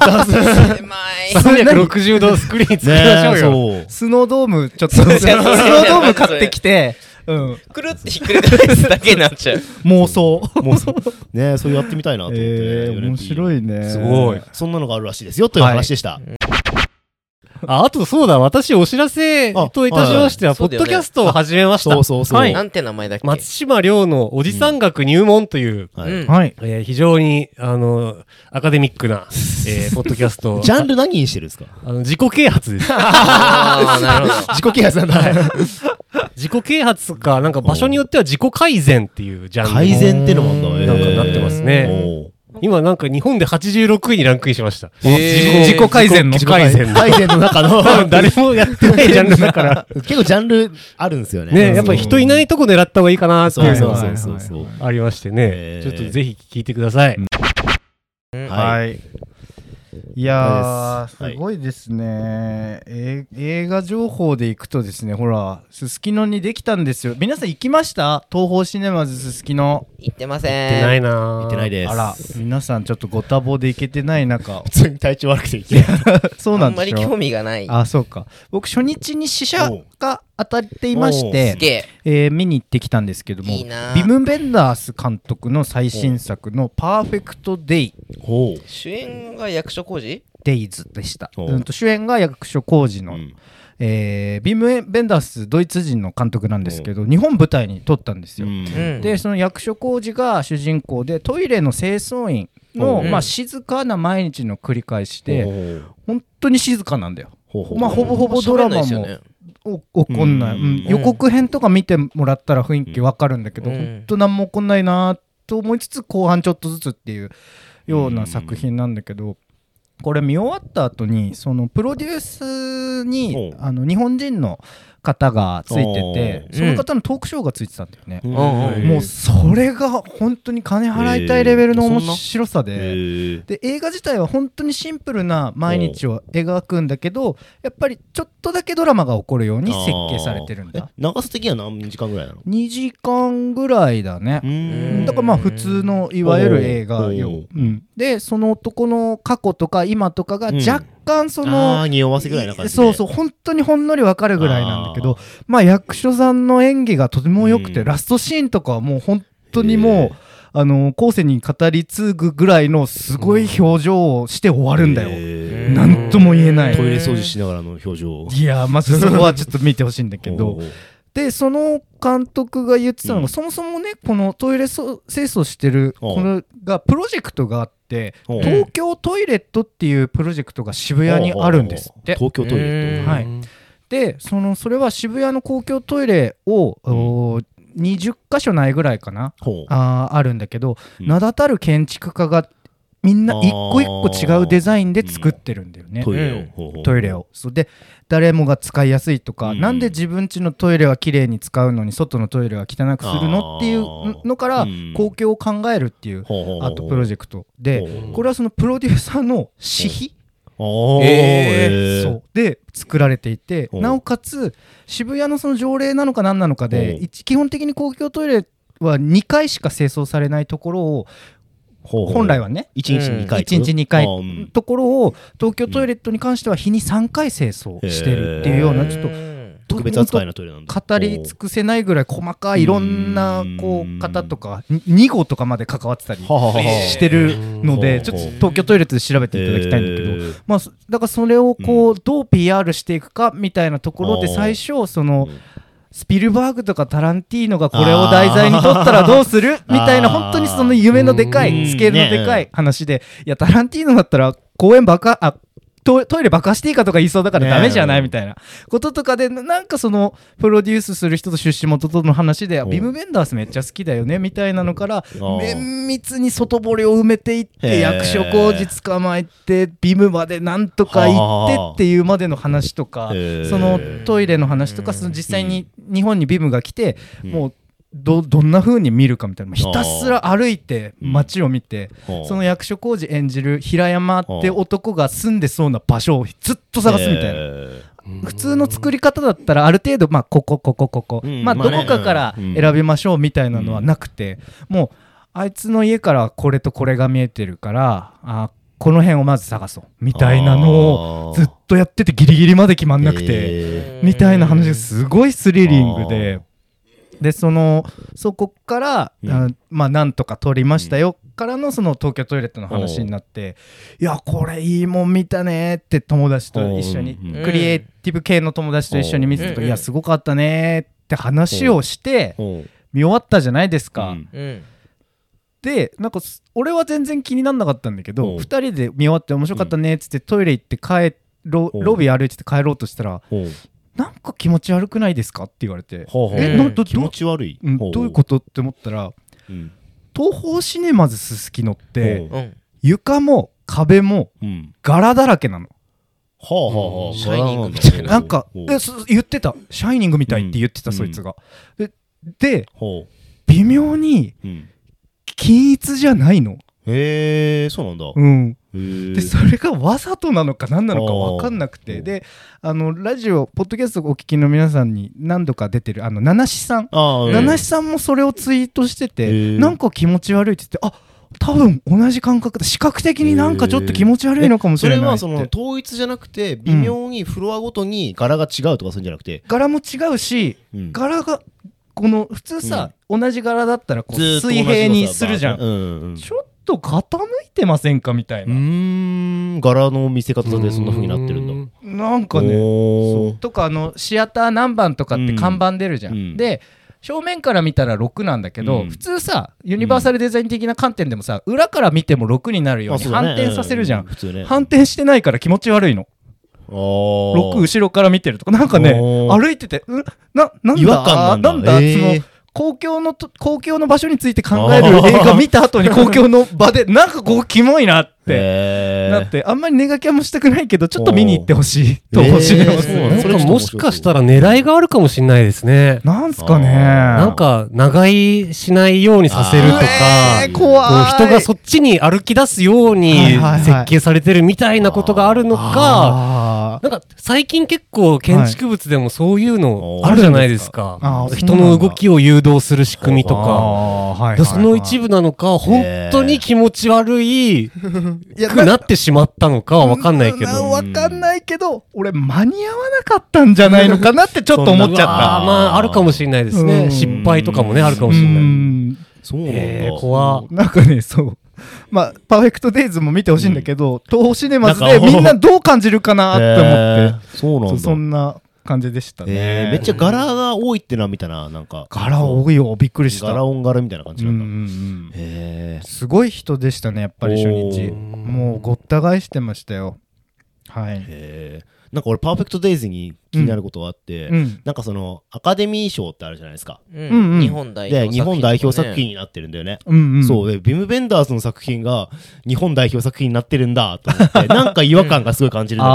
[SPEAKER 3] 360度スクリーン作りましょうよ、
[SPEAKER 4] ねえそう
[SPEAKER 1] スノードームちょっとスノードーム買ってきてうん
[SPEAKER 2] くるってひっくり返すだけになっちゃう。
[SPEAKER 1] 妄想
[SPEAKER 4] もうそうね えそうやってみたいなと思って、
[SPEAKER 1] えー面白いね
[SPEAKER 4] すごいそんなのがあるらしいですよという話でした、
[SPEAKER 3] ああとそうだ私お知らせといたしましては、
[SPEAKER 2] あ
[SPEAKER 3] ポ
[SPEAKER 2] はい
[SPEAKER 3] ッドキャストを始めました、
[SPEAKER 4] そうそうそう、
[SPEAKER 3] はい
[SPEAKER 2] なんて名前だっけ
[SPEAKER 3] 松島亮のおじさん学入門という、
[SPEAKER 4] はい
[SPEAKER 2] うん
[SPEAKER 1] はい
[SPEAKER 3] えー非常にあのアカデミックな、えー ポッドキャスト
[SPEAKER 4] ジャンル何にしてるんですか
[SPEAKER 3] あの自己啓発です
[SPEAKER 2] あーなるほど。
[SPEAKER 4] 自己啓発なん だ
[SPEAKER 3] 自己啓発かなんか場所によっては自己改善っていうジャンルも
[SPEAKER 4] 改善ってのもあんだ
[SPEAKER 3] なんかなってますね今なんか日本で86位にランクインしま した
[SPEAKER 2] えー
[SPEAKER 1] 自己改善の
[SPEAKER 3] 自己改善の
[SPEAKER 4] 改善の中の
[SPEAKER 3] 多分 誰もやってないジャンルだから
[SPEAKER 4] 結構ジャンルあるんですよね
[SPEAKER 3] ねやっぱり人いないとこ狙った方がいいかなって
[SPEAKER 4] そ
[SPEAKER 3] いううの
[SPEAKER 4] そう
[SPEAKER 3] は
[SPEAKER 4] そうそうそう
[SPEAKER 3] ありまして
[SPEAKER 4] え
[SPEAKER 3] ね
[SPEAKER 4] ー
[SPEAKER 3] ちょっとぜひ聞いてください
[SPEAKER 4] はい
[SPEAKER 1] いやー、
[SPEAKER 4] はい
[SPEAKER 1] すごいですね、えー映画情報でいくとですね、ほら、すすきのにできたんですよ。皆さん行きました東宝シネマズすすきの。
[SPEAKER 2] 行ってま
[SPEAKER 3] 行ってな
[SPEAKER 2] せ
[SPEAKER 3] い
[SPEAKER 2] ん。
[SPEAKER 3] な
[SPEAKER 4] 行ってないです。
[SPEAKER 1] あら、皆さんちょっとご多忙で行けてない中
[SPEAKER 4] 普、通に体調悪くて行けない。
[SPEAKER 1] そう
[SPEAKER 2] あ
[SPEAKER 1] なん
[SPEAKER 2] んま
[SPEAKER 1] で
[SPEAKER 2] り
[SPEAKER 1] しょ
[SPEAKER 2] 興味がない。
[SPEAKER 1] あ、そうか。僕、初日に試写が当たっていまして
[SPEAKER 2] す、げえ。
[SPEAKER 1] えー見に行ってきたんですけども
[SPEAKER 2] いいなあ
[SPEAKER 1] ビム・ベンダース監督の最新作の「パーフェクト・デイ」
[SPEAKER 4] ほう。
[SPEAKER 2] 主演が役所広司
[SPEAKER 1] デイズでした、
[SPEAKER 4] お
[SPEAKER 1] うん、と主演が役所広司の、
[SPEAKER 4] うん
[SPEAKER 1] えービム・ベンダースドイツ人の監督なんですけど日本舞台に撮ったんですよ、
[SPEAKER 2] うん
[SPEAKER 1] でその役所広司が主人公でトイレの清掃員の、
[SPEAKER 4] お
[SPEAKER 1] まあ、静かな毎日の繰り返し
[SPEAKER 4] で、
[SPEAKER 1] で本当に静かなんだよ
[SPEAKER 4] ほうほう
[SPEAKER 1] まあほぼほぼドラマも
[SPEAKER 2] 喋んないですよね
[SPEAKER 1] お起こんない、
[SPEAKER 4] う
[SPEAKER 1] うんん予告編とか見てもらったら雰囲気わかるんだけど、
[SPEAKER 2] うん
[SPEAKER 1] ほんと何も起こんないなと思いつつ後半ちょっとずつっていうような作品なんだけど、これ見終わった後にそのプロデュースに
[SPEAKER 4] おう
[SPEAKER 1] あの日本人の方がついてて
[SPEAKER 2] おう
[SPEAKER 1] その方のトークショーがついてたんだよね、
[SPEAKER 2] うん
[SPEAKER 1] もうそれが本当に金払いたいレベルの
[SPEAKER 4] へー
[SPEAKER 1] 面白さで。
[SPEAKER 4] へー
[SPEAKER 1] で映画自体は本当にシンプルな毎日を描くんだけどやっぱりちょっとだけドラマが起こるように設計されてるんだ
[SPEAKER 4] え長さ的には何時間ぐらいなの
[SPEAKER 1] 2時間ぐらいだね
[SPEAKER 2] ん
[SPEAKER 1] だからまあ普通のいわゆる映画
[SPEAKER 4] お
[SPEAKER 1] よ
[SPEAKER 4] う、
[SPEAKER 1] うん、でその男の過去とか今とかが
[SPEAKER 4] うん
[SPEAKER 1] 若干そ
[SPEAKER 4] あ
[SPEAKER 1] の、
[SPEAKER 4] ー匂わせぐらいな感じで
[SPEAKER 1] そうそう本当にほんのりわかるぐらいなんだけどまあ役所さんの演技がとても良くて、
[SPEAKER 4] うん
[SPEAKER 1] ラストシーンとかはもう本当にもうあの後世に語り継ぐぐらいのすごい表情をして終わるんだよ、
[SPEAKER 4] へー
[SPEAKER 2] うん
[SPEAKER 1] なんとも言えない
[SPEAKER 4] トイレ掃除しながらの表情
[SPEAKER 1] いやまずそこはちょっと見てほしいんだけ
[SPEAKER 4] お
[SPEAKER 1] ど
[SPEAKER 4] う
[SPEAKER 1] でその監督が言ってたのが、
[SPEAKER 4] うん
[SPEAKER 1] そもそもねこのトイレそ清掃してる
[SPEAKER 4] おう
[SPEAKER 1] このがプロジェクトがあって
[SPEAKER 4] おう
[SPEAKER 1] 東京トイレットっていうプロジェクトが渋谷にあるんですって
[SPEAKER 4] 東京トイレ
[SPEAKER 2] うん
[SPEAKER 4] と
[SPEAKER 1] はいでそのそれは渋谷の公共トイレを、
[SPEAKER 4] ん
[SPEAKER 1] おー20箇所ないぐらいかな
[SPEAKER 4] ほう
[SPEAKER 1] あーあるんだけど、
[SPEAKER 4] うん
[SPEAKER 1] 名だたる建築家がみんな一個一個違うデザインで作ってるんだよね、
[SPEAKER 4] トイレ
[SPEAKER 2] う
[SPEAKER 4] を
[SPEAKER 2] ん
[SPEAKER 4] ほうほう
[SPEAKER 1] トイレをそうで誰もが使いやすいとか、
[SPEAKER 4] うん
[SPEAKER 1] なんで自分家のトイレは綺麗に使うのに外のトイレは汚くするの
[SPEAKER 4] あー
[SPEAKER 1] っていうのから
[SPEAKER 4] うん
[SPEAKER 1] 公共を考えるっていう
[SPEAKER 4] ほうほうほう
[SPEAKER 1] アートプロジェクトで
[SPEAKER 4] ほう
[SPEAKER 1] これはそのプロデューサーの私費
[SPEAKER 4] あー
[SPEAKER 2] え
[SPEAKER 4] へー
[SPEAKER 1] そうで作られていて
[SPEAKER 4] ほう
[SPEAKER 1] なおかつ渋谷のその条例なのか何なのかで
[SPEAKER 4] ほう
[SPEAKER 1] 一基本的に公共トイレは2回しか清掃されないところを
[SPEAKER 4] ほうほう
[SPEAKER 1] 本来はね
[SPEAKER 4] 一日二回って
[SPEAKER 1] 1
[SPEAKER 4] こと
[SPEAKER 1] 日2回
[SPEAKER 4] あーうん
[SPEAKER 1] ところを東京トイレットに関しては日に3回清掃してるっていうようなちょっと
[SPEAKER 2] と
[SPEAKER 4] 特別扱いのトイレなんだ
[SPEAKER 1] 語り尽くせないぐらい細かいいろんなこ
[SPEAKER 4] うん
[SPEAKER 1] う方とか2号とかまで関わってたり
[SPEAKER 4] はははは
[SPEAKER 1] してるの
[SPEAKER 4] へ
[SPEAKER 1] で
[SPEAKER 4] ー
[SPEAKER 1] ちょっと東京トイレットで調べていただきたいんだけ
[SPEAKER 4] へ
[SPEAKER 1] ど。
[SPEAKER 4] ー
[SPEAKER 1] まあ、そだからそれをこうどう PR していくかみたいなところで
[SPEAKER 4] おー
[SPEAKER 1] 最初その
[SPEAKER 4] うん
[SPEAKER 1] スピルバーグとかタランティーノがこれを題材に撮ったらどうするみたいな
[SPEAKER 4] あー
[SPEAKER 1] 本当にその夢のでか
[SPEAKER 4] うん
[SPEAKER 1] いスケールのでかい話でいやタランティーノだったら公園爆あトトイレ爆破していいかとか言いそうだから
[SPEAKER 4] ね
[SPEAKER 1] ダメじゃないみたいなこととかでななんかそのプロデュースする人と出資元との話で
[SPEAKER 4] お
[SPEAKER 1] ビム・ベンダースめっちゃ好きだよねみたいなのから
[SPEAKER 4] ー
[SPEAKER 1] 綿密に外堀を埋めていっ
[SPEAKER 4] へー
[SPEAKER 1] て役所工事捕まえてビムまでなんとか行ってっていうまでの話とか
[SPEAKER 4] へー
[SPEAKER 1] そのトイレの話とかその実際に日本にビムが来て
[SPEAKER 4] うん
[SPEAKER 1] もうどどんな風に見るかみたいなひたすら歩いて街を見て
[SPEAKER 4] ほう
[SPEAKER 1] その役所工事演じる平山って男が住んでそうな場所をずっと探すみたいな。
[SPEAKER 4] へ
[SPEAKER 1] 普通の作り方だったらある程度まあここここここ、
[SPEAKER 4] うん
[SPEAKER 1] まあ
[SPEAKER 4] ま
[SPEAKER 1] ど
[SPEAKER 4] あね
[SPEAKER 1] こかから
[SPEAKER 4] うん
[SPEAKER 1] 選びましょうみたいなのはなくて、もうあいつの家からこれとこれが見えてるからあこの辺をまず探そうみたいなのを
[SPEAKER 4] あー
[SPEAKER 1] ずっとやっててギリギリまで決まんなくて。
[SPEAKER 4] へ
[SPEAKER 1] みたいな話がすごいスリリングででそのそこから、
[SPEAKER 4] うん
[SPEAKER 1] あまあなんとか撮りましたよ、からのその東京トイレットの話になっていやこれいいもん見たねって友達と一緒に
[SPEAKER 4] おう
[SPEAKER 2] うん
[SPEAKER 1] クリエイティブ系の友達と一緒に見てた
[SPEAKER 2] う
[SPEAKER 1] と
[SPEAKER 2] ん
[SPEAKER 1] いやすごかったねって話をして
[SPEAKER 4] ーほう
[SPEAKER 1] 見終わったじゃないですか。
[SPEAKER 4] うん
[SPEAKER 2] うん
[SPEAKER 1] でなんかす俺は全然気になんなかったんだけ
[SPEAKER 4] お
[SPEAKER 1] ど
[SPEAKER 4] う
[SPEAKER 1] 2人で見終わって面白かったねっつってトイレ行って帰ろ
[SPEAKER 4] おう
[SPEAKER 1] ロビー歩いてて帰ろうとしたら
[SPEAKER 4] ほう
[SPEAKER 1] なんか気持ち悪くないですかって言われて、
[SPEAKER 4] ほうほう
[SPEAKER 1] え、なんど
[SPEAKER 4] 気持ち悪い、
[SPEAKER 1] うん
[SPEAKER 4] ほ
[SPEAKER 1] どういうことって思ったら、
[SPEAKER 4] うん
[SPEAKER 1] 東宝シネマズすすきのって、
[SPEAKER 4] ほ
[SPEAKER 2] うん
[SPEAKER 1] 床も壁も
[SPEAKER 4] ううん
[SPEAKER 1] 柄だらけなの。
[SPEAKER 4] はあはあはあ
[SPEAKER 2] シャイニングみ
[SPEAKER 4] た
[SPEAKER 1] なんか、えす言ってた、シャイニングみたいって言ってた、
[SPEAKER 4] うん
[SPEAKER 1] そいつが。で、で
[SPEAKER 4] ほ
[SPEAKER 1] 微妙に
[SPEAKER 4] う、うん、
[SPEAKER 1] 均一じゃないの。
[SPEAKER 4] へえ、そうなんだ。
[SPEAKER 1] うん、
[SPEAKER 4] で
[SPEAKER 1] でそれがわざとなのか何なのか
[SPEAKER 4] あー
[SPEAKER 1] 分かんなくてであのラジオポッドキャストをお聞きの皆さんに何度か出てるあの七七さん
[SPEAKER 4] ああ、
[SPEAKER 1] 七七さんもそれをツイートしてて、
[SPEAKER 4] へー
[SPEAKER 1] なんか気持ち悪いって言ってあ多分同じ感覚だ視覚的になんかちょっと気持ち悪いのかもし
[SPEAKER 4] そ
[SPEAKER 1] れな
[SPEAKER 4] れ
[SPEAKER 1] いって、
[SPEAKER 4] はその統一じゃなくて微妙にフロアごとに柄が違うとかそういうんじゃなくて、
[SPEAKER 1] 柄も違うし
[SPEAKER 4] うん
[SPEAKER 1] 柄がこの普通さ、同じ柄だったらこう
[SPEAKER 4] ずーっと同じ
[SPEAKER 1] 水平にするじゃん、
[SPEAKER 4] うんうん
[SPEAKER 1] ちょっと傾いてませんかみたいうな、
[SPEAKER 4] ん柄の見せ方でそんな風になってるんだ
[SPEAKER 3] うー
[SPEAKER 1] なんかね
[SPEAKER 4] お
[SPEAKER 1] そ
[SPEAKER 4] ー
[SPEAKER 1] うとかあのシアター何番とかって看板出るじゃん、
[SPEAKER 4] うんうん
[SPEAKER 1] で正面から見たら6なんだけど、
[SPEAKER 4] うん
[SPEAKER 1] 普通さユニバーサルデザイン的な観点でもさ裏から見ても6になるよう
[SPEAKER 4] あ
[SPEAKER 1] に
[SPEAKER 4] そうだね
[SPEAKER 1] 反転させるじゃ、
[SPEAKER 4] うん普通ね
[SPEAKER 1] 反転してないから気持ち悪いの6
[SPEAKER 4] 6
[SPEAKER 1] 後ろから見てるとかなんかね
[SPEAKER 4] おー
[SPEAKER 1] 歩いててうんななんだ
[SPEAKER 4] 違和感なんだ
[SPEAKER 1] なん
[SPEAKER 4] へー
[SPEAKER 1] その公共のと公共の場所について考える映画見た後 に公共の場でなんかこうキモいなって
[SPEAKER 4] て
[SPEAKER 1] なってあんまりネガキャンもしたくないけどちょっと見に行ってほしいと思うし
[SPEAKER 4] へー
[SPEAKER 1] ます
[SPEAKER 4] そうなん
[SPEAKER 3] な
[SPEAKER 4] だ
[SPEAKER 3] ん
[SPEAKER 1] ね。
[SPEAKER 4] それ
[SPEAKER 3] か
[SPEAKER 4] ちょっと
[SPEAKER 3] も
[SPEAKER 4] 面白そ
[SPEAKER 3] し
[SPEAKER 4] う
[SPEAKER 3] かしたら狙いがあるかもしれないですね。
[SPEAKER 1] なんすかね
[SPEAKER 4] あー
[SPEAKER 3] なんか、長居しないようにさせると
[SPEAKER 4] あ
[SPEAKER 3] か
[SPEAKER 1] え、ー怖
[SPEAKER 3] こう
[SPEAKER 1] い
[SPEAKER 3] 人がそっちに歩き出すよう
[SPEAKER 1] は
[SPEAKER 3] に
[SPEAKER 1] いはいはい
[SPEAKER 3] 設計されてるみたいなことがあるのか、
[SPEAKER 1] あ
[SPEAKER 3] なんか最近結構建築物でもそういうのあるじゃないですか。
[SPEAKER 1] あー
[SPEAKER 3] 人の動きを誘導する仕組みと
[SPEAKER 1] ー
[SPEAKER 3] か。
[SPEAKER 1] あーはいはいはい
[SPEAKER 3] だからその一部なのか、本当に気持ち悪い
[SPEAKER 1] いや
[SPEAKER 3] くなってしまったのかはわかんないけど。
[SPEAKER 1] なわかんないけど俺間に合わなかったんじゃないのかなってちょっと思っちゃっ
[SPEAKER 3] あ
[SPEAKER 1] た
[SPEAKER 3] あーまああるかもしれないです
[SPEAKER 1] う
[SPEAKER 3] ね
[SPEAKER 1] ん
[SPEAKER 3] 失敗とかもねあるかも
[SPEAKER 1] う
[SPEAKER 3] しれない
[SPEAKER 1] ん
[SPEAKER 4] そうなんだ
[SPEAKER 3] えー怖っ
[SPEAKER 1] なんかね、そう。まあ、パーフェクトデイズも見てほしいんだけど、東宝シネマズ
[SPEAKER 4] な
[SPEAKER 1] で
[SPEAKER 4] んか
[SPEAKER 1] みんなどう感じるかなって思って、
[SPEAKER 4] てそうな
[SPEAKER 1] そう
[SPEAKER 4] んだ
[SPEAKER 1] そんな感じでしたね。
[SPEAKER 4] えーめっちゃ柄が多いってのは見たななんか
[SPEAKER 1] 柄多いよ、びっくりした。
[SPEAKER 4] 柄音柄みたいな感
[SPEAKER 1] う
[SPEAKER 4] じ
[SPEAKER 1] んう
[SPEAKER 4] なん
[SPEAKER 1] ん
[SPEAKER 4] だ
[SPEAKER 1] うん
[SPEAKER 4] へえ
[SPEAKER 1] すごい人でしたね、やっぱり初日。
[SPEAKER 4] おー
[SPEAKER 1] もうごった返してましたよ。はい。
[SPEAKER 4] へえなんか俺パーフェクトデイズに気になることがあって
[SPEAKER 1] うん。
[SPEAKER 4] なんかそのアカデミー賞ってあるじゃないですか
[SPEAKER 2] うん
[SPEAKER 1] うんうん
[SPEAKER 2] 日本代表作品
[SPEAKER 4] で日本代表作品になってるんだよね
[SPEAKER 1] うんうん。
[SPEAKER 4] そうでビム・ベンダースの作品が日本代表作品になってるんだと思って なんか違和感がすごい感じるんだけ
[SPEAKER 1] あ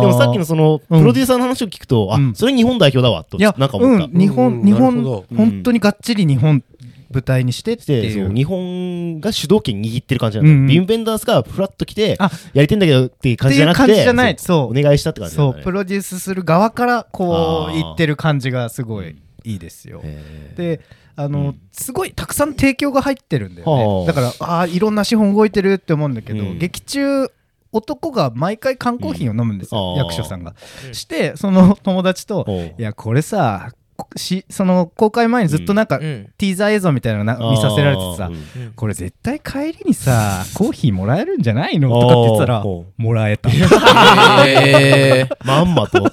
[SPEAKER 1] ー
[SPEAKER 4] でもさっきのそのプ
[SPEAKER 1] うん
[SPEAKER 4] ロデューサーの話を聞くと、
[SPEAKER 1] うん
[SPEAKER 4] あそれ日本代表だわと
[SPEAKER 1] いや、
[SPEAKER 4] なんか思った。
[SPEAKER 1] うん、日本、
[SPEAKER 3] うん
[SPEAKER 1] 日
[SPEAKER 3] なるほ
[SPEAKER 1] 本
[SPEAKER 3] ど、
[SPEAKER 1] 本当にがっちり日本舞台にしてって
[SPEAKER 4] で
[SPEAKER 1] い
[SPEAKER 4] そう
[SPEAKER 1] う。
[SPEAKER 4] 日本が主導権握ってる感じなんだよ、
[SPEAKER 1] うん
[SPEAKER 4] ビム・ベンダースがフラッと来て
[SPEAKER 1] あ
[SPEAKER 4] やりてんだけどっていう感じじゃなくて
[SPEAKER 1] っていう感じじゃない
[SPEAKER 4] そう
[SPEAKER 1] そう
[SPEAKER 4] お願いしたって感じなん
[SPEAKER 1] そ
[SPEAKER 4] だ
[SPEAKER 1] う
[SPEAKER 4] ね
[SPEAKER 1] プロデュースする側からこう
[SPEAKER 4] あー
[SPEAKER 1] 言ってる感じがすごいいいですよ。
[SPEAKER 4] へー
[SPEAKER 1] であの、すごいたくさん提供が入ってるんだよ
[SPEAKER 4] は
[SPEAKER 1] ねだ
[SPEAKER 4] あ
[SPEAKER 1] からああいろんな資本動いてるって思うんだけど、
[SPEAKER 4] うん
[SPEAKER 1] 劇中男が毎回缶コーヒーを飲むんですよ、
[SPEAKER 4] うんあー
[SPEAKER 1] 役所さんが
[SPEAKER 2] う。ん
[SPEAKER 1] してその友達と
[SPEAKER 4] おう
[SPEAKER 1] 「いやこれさこしその公開前にずっとなんか、
[SPEAKER 2] うん
[SPEAKER 1] ティーザー映像みたいなのな見させられててさ
[SPEAKER 4] あーうん
[SPEAKER 2] うん
[SPEAKER 1] これ絶対帰りに さコーヒーもらえるんじゃないの?」とかって言ってたら
[SPEAKER 4] おう
[SPEAKER 1] 「もらえた」
[SPEAKER 2] えー
[SPEAKER 4] まんまと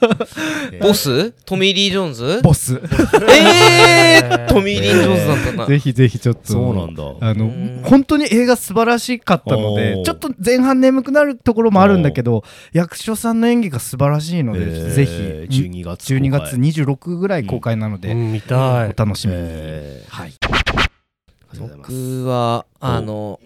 [SPEAKER 2] ボストミー・リー・ジョーン ズ
[SPEAKER 1] ボス。
[SPEAKER 2] えートミー・リー・ジョーンズだったんだ
[SPEAKER 1] ぜひぜひちょっと。
[SPEAKER 4] そうなんだ
[SPEAKER 1] あの
[SPEAKER 2] うん
[SPEAKER 1] 本当に映画素晴らしかったの
[SPEAKER 4] お
[SPEAKER 1] で
[SPEAKER 4] ー
[SPEAKER 1] ちょっと前半眠くなるところもあるんだけど役所さんの演技が素晴らしいので、
[SPEAKER 4] えー
[SPEAKER 1] ぜひ
[SPEAKER 4] 12月公開
[SPEAKER 1] 12月26ぐらい公開なので、
[SPEAKER 3] うん見たい
[SPEAKER 1] お楽しみに、
[SPEAKER 4] えー
[SPEAKER 1] はい、
[SPEAKER 4] ありがとうございます
[SPEAKER 2] 僕はあの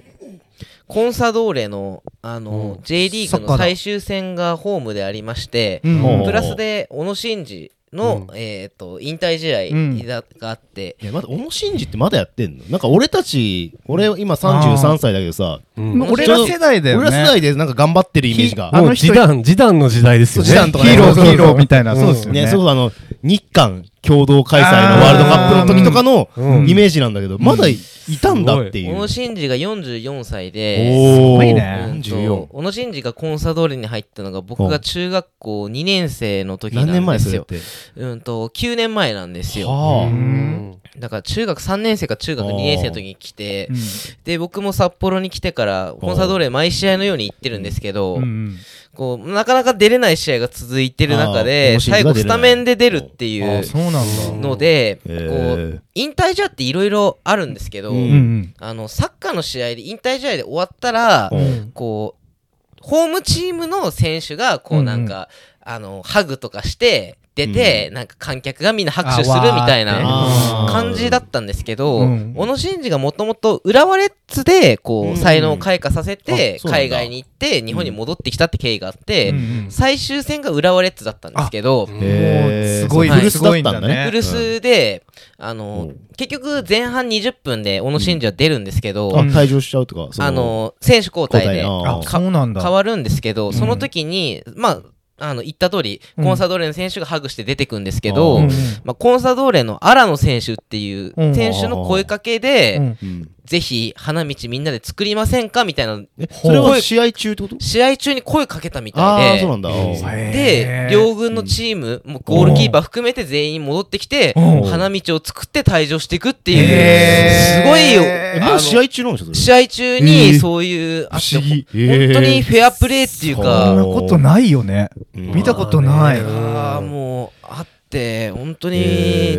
[SPEAKER 2] コンサドーレのあの J リーグ
[SPEAKER 1] サッカー
[SPEAKER 2] の
[SPEAKER 1] だ
[SPEAKER 2] 最終戦がホームでありまして
[SPEAKER 1] うん
[SPEAKER 4] もう
[SPEAKER 2] プラスで小野伸二のえーと引退試合だがあって
[SPEAKER 4] いやまだ小野伸二ってまだやってんのなんか俺たち俺今33歳だけどさ
[SPEAKER 3] うん
[SPEAKER 1] 俺ら世代だよね
[SPEAKER 4] 俺ら世代でなんか頑張ってるイメージが
[SPEAKER 1] あ
[SPEAKER 3] も
[SPEAKER 1] の
[SPEAKER 3] う
[SPEAKER 1] 人
[SPEAKER 3] 示談示談の時代ですよね
[SPEAKER 4] 示談とかね
[SPEAKER 1] ヒーロー
[SPEAKER 4] そうそうそう
[SPEAKER 1] ヒーローみたいな、
[SPEAKER 3] うん
[SPEAKER 1] そうですよね
[SPEAKER 4] ね、それこそあの日韓共同開催のワールドカップの時とかの
[SPEAKER 3] うん
[SPEAKER 4] イメージなんだけど、まだいいたんだってい
[SPEAKER 2] 小
[SPEAKER 4] う。
[SPEAKER 2] 野伸二が44歳で
[SPEAKER 4] お
[SPEAKER 1] すご
[SPEAKER 4] ー
[SPEAKER 1] い
[SPEAKER 2] うん
[SPEAKER 1] ね
[SPEAKER 2] と
[SPEAKER 4] 44
[SPEAKER 2] 小野伸二がコンサドーレに入ったのが僕
[SPEAKER 4] うん
[SPEAKER 2] が中学校2年生の時な
[SPEAKER 4] 何年
[SPEAKER 2] ん
[SPEAKER 4] 前
[SPEAKER 2] で
[SPEAKER 4] そ
[SPEAKER 2] す
[SPEAKER 4] れっ
[SPEAKER 2] よ。
[SPEAKER 4] て。
[SPEAKER 2] うんと9年前なんですよ。
[SPEAKER 3] う
[SPEAKER 4] は
[SPEAKER 3] ん
[SPEAKER 2] だから中学3年生か中学2年生の時に来て
[SPEAKER 1] うん、
[SPEAKER 2] で僕も札幌に来てからコンサドーレ毎試合のように行ってるんですけど、
[SPEAKER 1] うん
[SPEAKER 2] こうなかなか出れない試合が続いてる中
[SPEAKER 4] あー
[SPEAKER 2] で
[SPEAKER 4] 面白い
[SPEAKER 2] 最後スタメンで出るってい
[SPEAKER 1] あ
[SPEAKER 2] う
[SPEAKER 1] そうなんだ、
[SPEAKER 2] ので、
[SPEAKER 4] へ
[SPEAKER 2] こ
[SPEAKER 4] ー
[SPEAKER 2] う引退試合っていろいろあるんですけど、
[SPEAKER 4] う
[SPEAKER 1] うんんうん
[SPEAKER 2] あのサッカーの試合で引退試合で終わったら、
[SPEAKER 4] うん
[SPEAKER 2] こうホームチームの選手が
[SPEAKER 1] う
[SPEAKER 2] こうん
[SPEAKER 1] うん
[SPEAKER 2] なんか、あのハグとかして出て、なんか観客がみんな拍手するみたい
[SPEAKER 1] あ
[SPEAKER 2] な
[SPEAKER 4] わーって
[SPEAKER 2] 感じだったんですけど、
[SPEAKER 1] うん
[SPEAKER 2] 小野伸二がもともと浦和レッズでこ
[SPEAKER 4] うん
[SPEAKER 2] う才能を開花させ
[SPEAKER 4] あ
[SPEAKER 2] て
[SPEAKER 4] そうなんだ
[SPEAKER 2] 海外に行って日本に戻ってきたって経緯があって、
[SPEAKER 1] うん
[SPEAKER 2] 最終戦が浦和レッズだったんですけど、
[SPEAKER 4] へ
[SPEAKER 1] す
[SPEAKER 4] ー
[SPEAKER 1] ごい
[SPEAKER 4] そう古巣だったんだ
[SPEAKER 1] すごいんだね
[SPEAKER 4] ね。
[SPEAKER 2] フルスで、あの
[SPEAKER 4] うん
[SPEAKER 2] 結局前半20分で小野伸二は出るんですけど、
[SPEAKER 4] あ、退場しちゃうとか、そ
[SPEAKER 2] あ、の選手交代で
[SPEAKER 4] 交代あ
[SPEAKER 1] あそうなんだ
[SPEAKER 2] 変わるんですけど、
[SPEAKER 1] ん
[SPEAKER 2] その時に、まあ、あの言った通り、
[SPEAKER 1] うん
[SPEAKER 2] コンサドーレの選手がハグして出てくんですけど、
[SPEAKER 4] うん
[SPEAKER 2] まあ、コンサドーレの荒野選手っていう
[SPEAKER 1] うん
[SPEAKER 2] 選手の声かけで、
[SPEAKER 1] うん
[SPEAKER 4] うん
[SPEAKER 2] ぜひ花道みんなで作りませんかみたいな、
[SPEAKER 4] え、それは試合中ってこと
[SPEAKER 2] 試合中に声かけたみ
[SPEAKER 4] ああ
[SPEAKER 2] た
[SPEAKER 4] ー、
[SPEAKER 2] い
[SPEAKER 4] そうな
[SPEAKER 2] で、
[SPEAKER 4] んだ。
[SPEAKER 2] で、両軍のチーム、もうゴールキーパー含めて全員戻ってきて、
[SPEAKER 1] うん
[SPEAKER 2] 花道を作って退場していくっていう、
[SPEAKER 1] へー
[SPEAKER 2] すごいよ。
[SPEAKER 4] え、
[SPEAKER 2] あ
[SPEAKER 4] も
[SPEAKER 2] の
[SPEAKER 4] う試合中なんでしょそれ
[SPEAKER 2] 試合中
[SPEAKER 1] え
[SPEAKER 2] に
[SPEAKER 1] ー
[SPEAKER 2] そういう、あって
[SPEAKER 4] 不思議
[SPEAKER 2] ほん本当にフェアプレーっていう
[SPEAKER 1] そ
[SPEAKER 2] か
[SPEAKER 1] んな、ことないよね
[SPEAKER 4] うん
[SPEAKER 1] 見たことない
[SPEAKER 2] あーもうあって本当
[SPEAKER 4] へ
[SPEAKER 2] に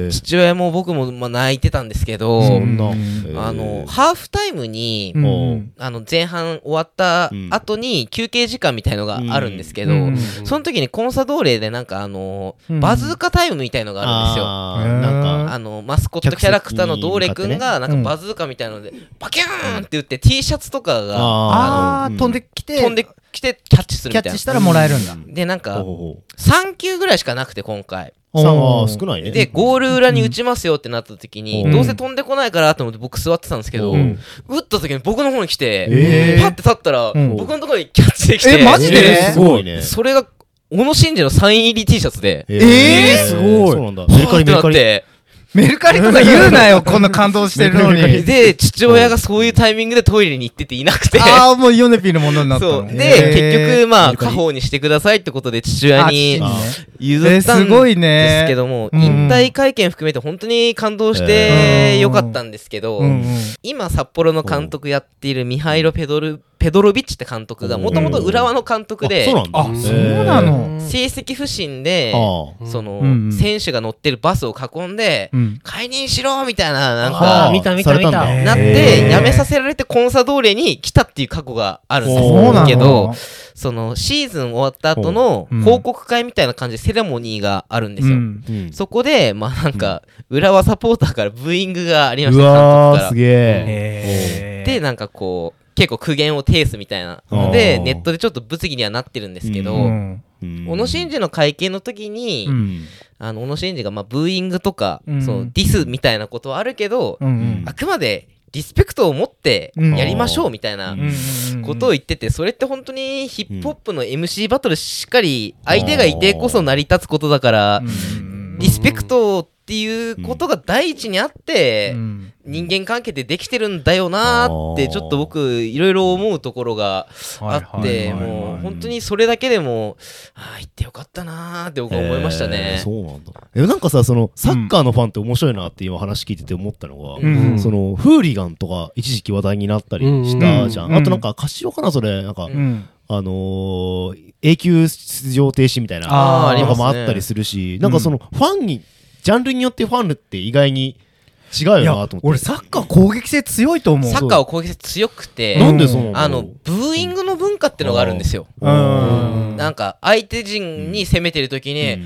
[SPEAKER 4] ー
[SPEAKER 2] 父親も僕もまあ泣いてたんですけど、
[SPEAKER 1] そ
[SPEAKER 4] んな
[SPEAKER 1] うん
[SPEAKER 2] あのハーフタイムに、
[SPEAKER 1] うん
[SPEAKER 4] うん
[SPEAKER 2] あの前半終わった
[SPEAKER 4] うん
[SPEAKER 2] 後に休憩時間みたいのがあるんですけど、
[SPEAKER 1] うん
[SPEAKER 2] その時にコンサドーレでなんかあの、
[SPEAKER 1] うん
[SPEAKER 2] バズーカタイムみたいのがあるんですよ。
[SPEAKER 4] あーなん
[SPEAKER 1] ー
[SPEAKER 4] か、
[SPEAKER 2] あのマスコットキャラクターのドーレ君がな
[SPEAKER 1] 客
[SPEAKER 2] ん
[SPEAKER 1] 席に向かってね
[SPEAKER 2] かバズーカみたいのでバキューンって言って T シャツとかが
[SPEAKER 1] あ
[SPEAKER 4] ー
[SPEAKER 1] ー飛んできて
[SPEAKER 2] 飛んできてキャッチす
[SPEAKER 1] キ
[SPEAKER 2] るみ
[SPEAKER 1] ャ
[SPEAKER 2] たい
[SPEAKER 1] ッチ
[SPEAKER 2] な
[SPEAKER 1] し。たらもらえるんだ
[SPEAKER 2] でなんか
[SPEAKER 4] ほうほ
[SPEAKER 2] 3球ぐらいしかなくて今回。
[SPEAKER 4] うほうさん
[SPEAKER 1] お
[SPEAKER 4] は
[SPEAKER 1] ー
[SPEAKER 4] 少ないね。
[SPEAKER 2] で、ゴール裏に打ちますよってなった時に、
[SPEAKER 4] うん
[SPEAKER 2] どうせ飛んでこないからと思って僕座ってたんですけど、
[SPEAKER 4] うん
[SPEAKER 2] 打った時に僕の方に来
[SPEAKER 4] え
[SPEAKER 2] て、
[SPEAKER 4] ー
[SPEAKER 2] パッて立ったら、
[SPEAKER 1] うん
[SPEAKER 2] 僕のところにキャッチできて、
[SPEAKER 1] えマジで
[SPEAKER 4] えーすごいね。
[SPEAKER 2] それが、小野伸二のサイン入り T シャツで、
[SPEAKER 4] え
[SPEAKER 1] えーすごい
[SPEAKER 4] そうなんだ。メルカリメ
[SPEAKER 2] はー
[SPEAKER 4] ル
[SPEAKER 2] ってなっ
[SPEAKER 4] カリ。
[SPEAKER 2] て、
[SPEAKER 1] メルカリとか言うなよこんな感動してるのに
[SPEAKER 2] で、父親がそういうタイミングでトイレに行ってていなくて、
[SPEAKER 1] ああもうヨネピーのものになった
[SPEAKER 2] そ
[SPEAKER 1] の
[SPEAKER 2] う。で、結
[SPEAKER 1] へー
[SPEAKER 2] 局、まあ、家宝にしてくださいってことで父親に
[SPEAKER 1] あ
[SPEAKER 2] 譲った
[SPEAKER 1] えーす
[SPEAKER 2] ん
[SPEAKER 1] ごい
[SPEAKER 2] で
[SPEAKER 1] ね
[SPEAKER 2] すけども、
[SPEAKER 1] うん
[SPEAKER 2] 引退会見含めて本当に感動してよかったんですけど、
[SPEAKER 1] うんうん
[SPEAKER 2] 今札幌の監督やっているミハイロ・ペドルペドロビッチって監督が
[SPEAKER 4] うん
[SPEAKER 2] もともと浦和の監督
[SPEAKER 4] あ
[SPEAKER 2] で
[SPEAKER 4] そうなんだ。
[SPEAKER 3] あ
[SPEAKER 1] そうなの
[SPEAKER 2] 成績不振で
[SPEAKER 4] えー。あ
[SPEAKER 2] その、
[SPEAKER 1] うんうん
[SPEAKER 2] 選手が乗ってるバスを囲んで、
[SPEAKER 1] うん
[SPEAKER 2] 解任しろみたいななん
[SPEAKER 4] あ
[SPEAKER 2] か
[SPEAKER 4] ー。
[SPEAKER 5] 見た見
[SPEAKER 4] さ
[SPEAKER 5] た
[SPEAKER 4] れ
[SPEAKER 5] 見
[SPEAKER 4] んだ
[SPEAKER 5] た。
[SPEAKER 1] へー
[SPEAKER 2] なってやめさせられてコンサドーレに来たっていう過去があるん
[SPEAKER 4] そうな
[SPEAKER 2] で
[SPEAKER 4] の
[SPEAKER 2] すけどそのシーズン終わった後の
[SPEAKER 1] うん
[SPEAKER 2] 報告会みたいな感じでセレモニーがあるんですよ、
[SPEAKER 1] うん
[SPEAKER 4] うん
[SPEAKER 2] そこでまあなんか浦和サポーターからブーイングがありまし
[SPEAKER 4] う
[SPEAKER 2] た監督か
[SPEAKER 4] わ
[SPEAKER 2] ら
[SPEAKER 4] ー、すげえ。
[SPEAKER 3] へ
[SPEAKER 2] でなんかこう結構苦言を呈すみたいなの
[SPEAKER 4] あ
[SPEAKER 2] で
[SPEAKER 4] ー
[SPEAKER 2] ネットでちょっと物議にはなってるんですけど、
[SPEAKER 1] うん
[SPEAKER 4] うん
[SPEAKER 2] 小野伸二の会見の時に、
[SPEAKER 1] うん
[SPEAKER 2] あの小野伸二がまあブーイングとか、
[SPEAKER 1] うん
[SPEAKER 2] そのディスみたいなことはあるけど、
[SPEAKER 1] うん
[SPEAKER 2] あくまでリスペクトを持ってやりましょうみたいな
[SPEAKER 4] う
[SPEAKER 1] うんうん
[SPEAKER 2] ことを言っててそれって本当にヒップホップの MC バトルしっかり相手がいてこそ成り立つことだから、
[SPEAKER 1] うん
[SPEAKER 2] リスペクトっていうことが第一にあって、
[SPEAKER 1] うん
[SPEAKER 2] 人間関係ってできてるんだよなーって
[SPEAKER 4] あー
[SPEAKER 2] ちょっと僕いろいろ思うところがあっ
[SPEAKER 1] はいはい
[SPEAKER 2] て
[SPEAKER 1] はいはい
[SPEAKER 2] もう本当にそれだけでもああ行ってよかったなーって僕は思いましたね
[SPEAKER 4] えー。そうなんだ。え、なんかさ、その、サッカーのファンって面白いなって今話聞いてて思ったのが、
[SPEAKER 1] うん
[SPEAKER 4] その、フーリガンとか一時期話題になったりしたじゃ
[SPEAKER 1] うん
[SPEAKER 4] ん。
[SPEAKER 1] うんうん
[SPEAKER 4] あとなんか、柏かな、それ、なんか、
[SPEAKER 1] うん
[SPEAKER 4] あのー永久出場停止みたいな
[SPEAKER 1] あー
[SPEAKER 4] の
[SPEAKER 1] ありま
[SPEAKER 4] が
[SPEAKER 2] すね
[SPEAKER 4] もあったりするし、なんかその、ファンに、ジャンルによってファンって意外に違うよ
[SPEAKER 1] いや
[SPEAKER 4] なと思
[SPEAKER 1] 俺
[SPEAKER 4] って。
[SPEAKER 1] サッカー攻撃性強いと思う
[SPEAKER 2] サッカーを攻撃性強く
[SPEAKER 1] 俺
[SPEAKER 2] て
[SPEAKER 4] なんでそうなの
[SPEAKER 2] あのブーイングの文化ってのがあるんですよ。
[SPEAKER 1] うん
[SPEAKER 2] なんか相手陣に攻めてる時に
[SPEAKER 4] うん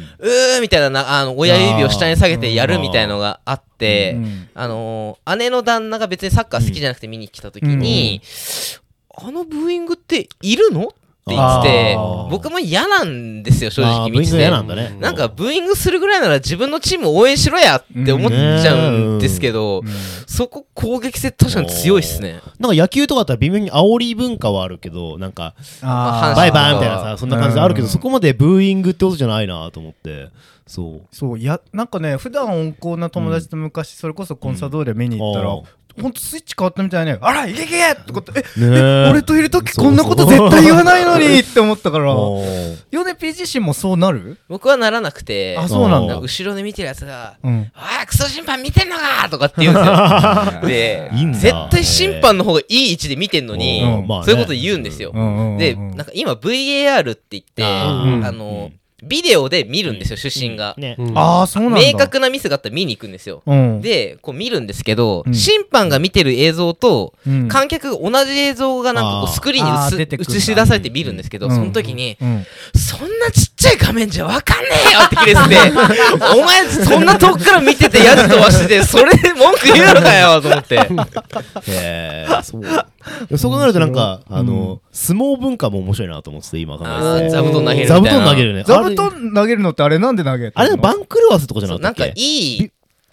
[SPEAKER 2] 「うー」みたいななあの親指を下に下げてやるみたいのがあって
[SPEAKER 1] うん
[SPEAKER 2] あのー姉の旦那が別にサッカー好きじゃなくて見に来た時に「あのブーイングっているの?」って言ってて
[SPEAKER 4] あー
[SPEAKER 2] 僕も嫌なんですよ正
[SPEAKER 4] あ
[SPEAKER 2] 直
[SPEAKER 4] ーブー
[SPEAKER 2] 見
[SPEAKER 4] イン
[SPEAKER 2] て
[SPEAKER 4] グ嫌
[SPEAKER 2] て
[SPEAKER 4] なんだね。
[SPEAKER 2] なんかブーイングするぐらいなら自分のチームを応援しろやって思っちゃうんですけどそこ攻撃性確かに強いっすね
[SPEAKER 4] なんか野球とかだったら微妙に煽り文化はあるけど、なんか、
[SPEAKER 1] あー
[SPEAKER 4] バイバイみたいなさ、そんな感じであるけ
[SPEAKER 1] う
[SPEAKER 4] ど、
[SPEAKER 1] ん
[SPEAKER 4] そこまでブーイングってことじゃないなと思って、そう。
[SPEAKER 1] そういやなんかね普段温厚な友達と昔それこそコンサドーレ見に行ったら、
[SPEAKER 4] うんあ
[SPEAKER 1] ほんとスイッチ変わったみたいねあらいけいけってことえ
[SPEAKER 4] ねえ
[SPEAKER 1] 俺といる時
[SPEAKER 4] そう
[SPEAKER 1] こんなこと絶対言わないのにって思ったからヨ
[SPEAKER 4] おー
[SPEAKER 1] ネピー自身もそうなる
[SPEAKER 2] 僕はならなくて
[SPEAKER 1] あそうなん
[SPEAKER 2] なん
[SPEAKER 1] だ
[SPEAKER 2] か後ろで見てるやつが
[SPEAKER 1] うん
[SPEAKER 2] 「ああクソ審判見てんのか!」とかって言う んです
[SPEAKER 4] いい
[SPEAKER 2] よ
[SPEAKER 4] ん
[SPEAKER 2] で
[SPEAKER 4] だ
[SPEAKER 2] 絶対審判の方がいい位置で見てんのに
[SPEAKER 1] うん
[SPEAKER 4] まあね
[SPEAKER 2] そういうこと言うんですよ
[SPEAKER 1] うんうんうん
[SPEAKER 2] でなんか今 VAR って言って
[SPEAKER 4] あ
[SPEAKER 1] ー
[SPEAKER 2] あのビデオで見るんですよ、出身が。
[SPEAKER 4] ね。
[SPEAKER 3] うん
[SPEAKER 1] ああ、そうなんだ。
[SPEAKER 2] 明確なミスがあったら見に行くんですよ。
[SPEAKER 1] うん。
[SPEAKER 2] で、こう見るんですけど、
[SPEAKER 1] うん
[SPEAKER 2] 審判が見てる映像と、
[SPEAKER 1] うん、
[SPEAKER 2] 観客が同じ映像がなんかこ
[SPEAKER 4] あー
[SPEAKER 2] うスクリーンに
[SPEAKER 1] あー
[SPEAKER 2] 映
[SPEAKER 1] 出てくるんだ
[SPEAKER 2] 映し出されて見るんですけど、
[SPEAKER 1] うん
[SPEAKER 2] その時に、
[SPEAKER 1] うん、
[SPEAKER 2] そんなちっちゃい画面じゃわかんねえよって切れてて、お前そんな遠くから見ててやつ飛ばしてて、それで文句言うのかよと思って。
[SPEAKER 4] へーそう。そう考えるとなんか、あの、相撲文化も面白いなと思ってて、今考
[SPEAKER 2] あ
[SPEAKER 4] え
[SPEAKER 2] ー
[SPEAKER 4] て
[SPEAKER 2] 座布団投げるみたいな。
[SPEAKER 4] 座布団
[SPEAKER 1] 座
[SPEAKER 4] 投げるね。
[SPEAKER 1] 布団投げるのってあれなんで投げてんの
[SPEAKER 4] あれ、あれバンクルワスとかじゃ
[SPEAKER 2] そう
[SPEAKER 4] な
[SPEAKER 2] な
[SPEAKER 4] か
[SPEAKER 2] んか
[SPEAKER 4] った
[SPEAKER 2] い
[SPEAKER 4] っけ
[SPEAKER 2] い、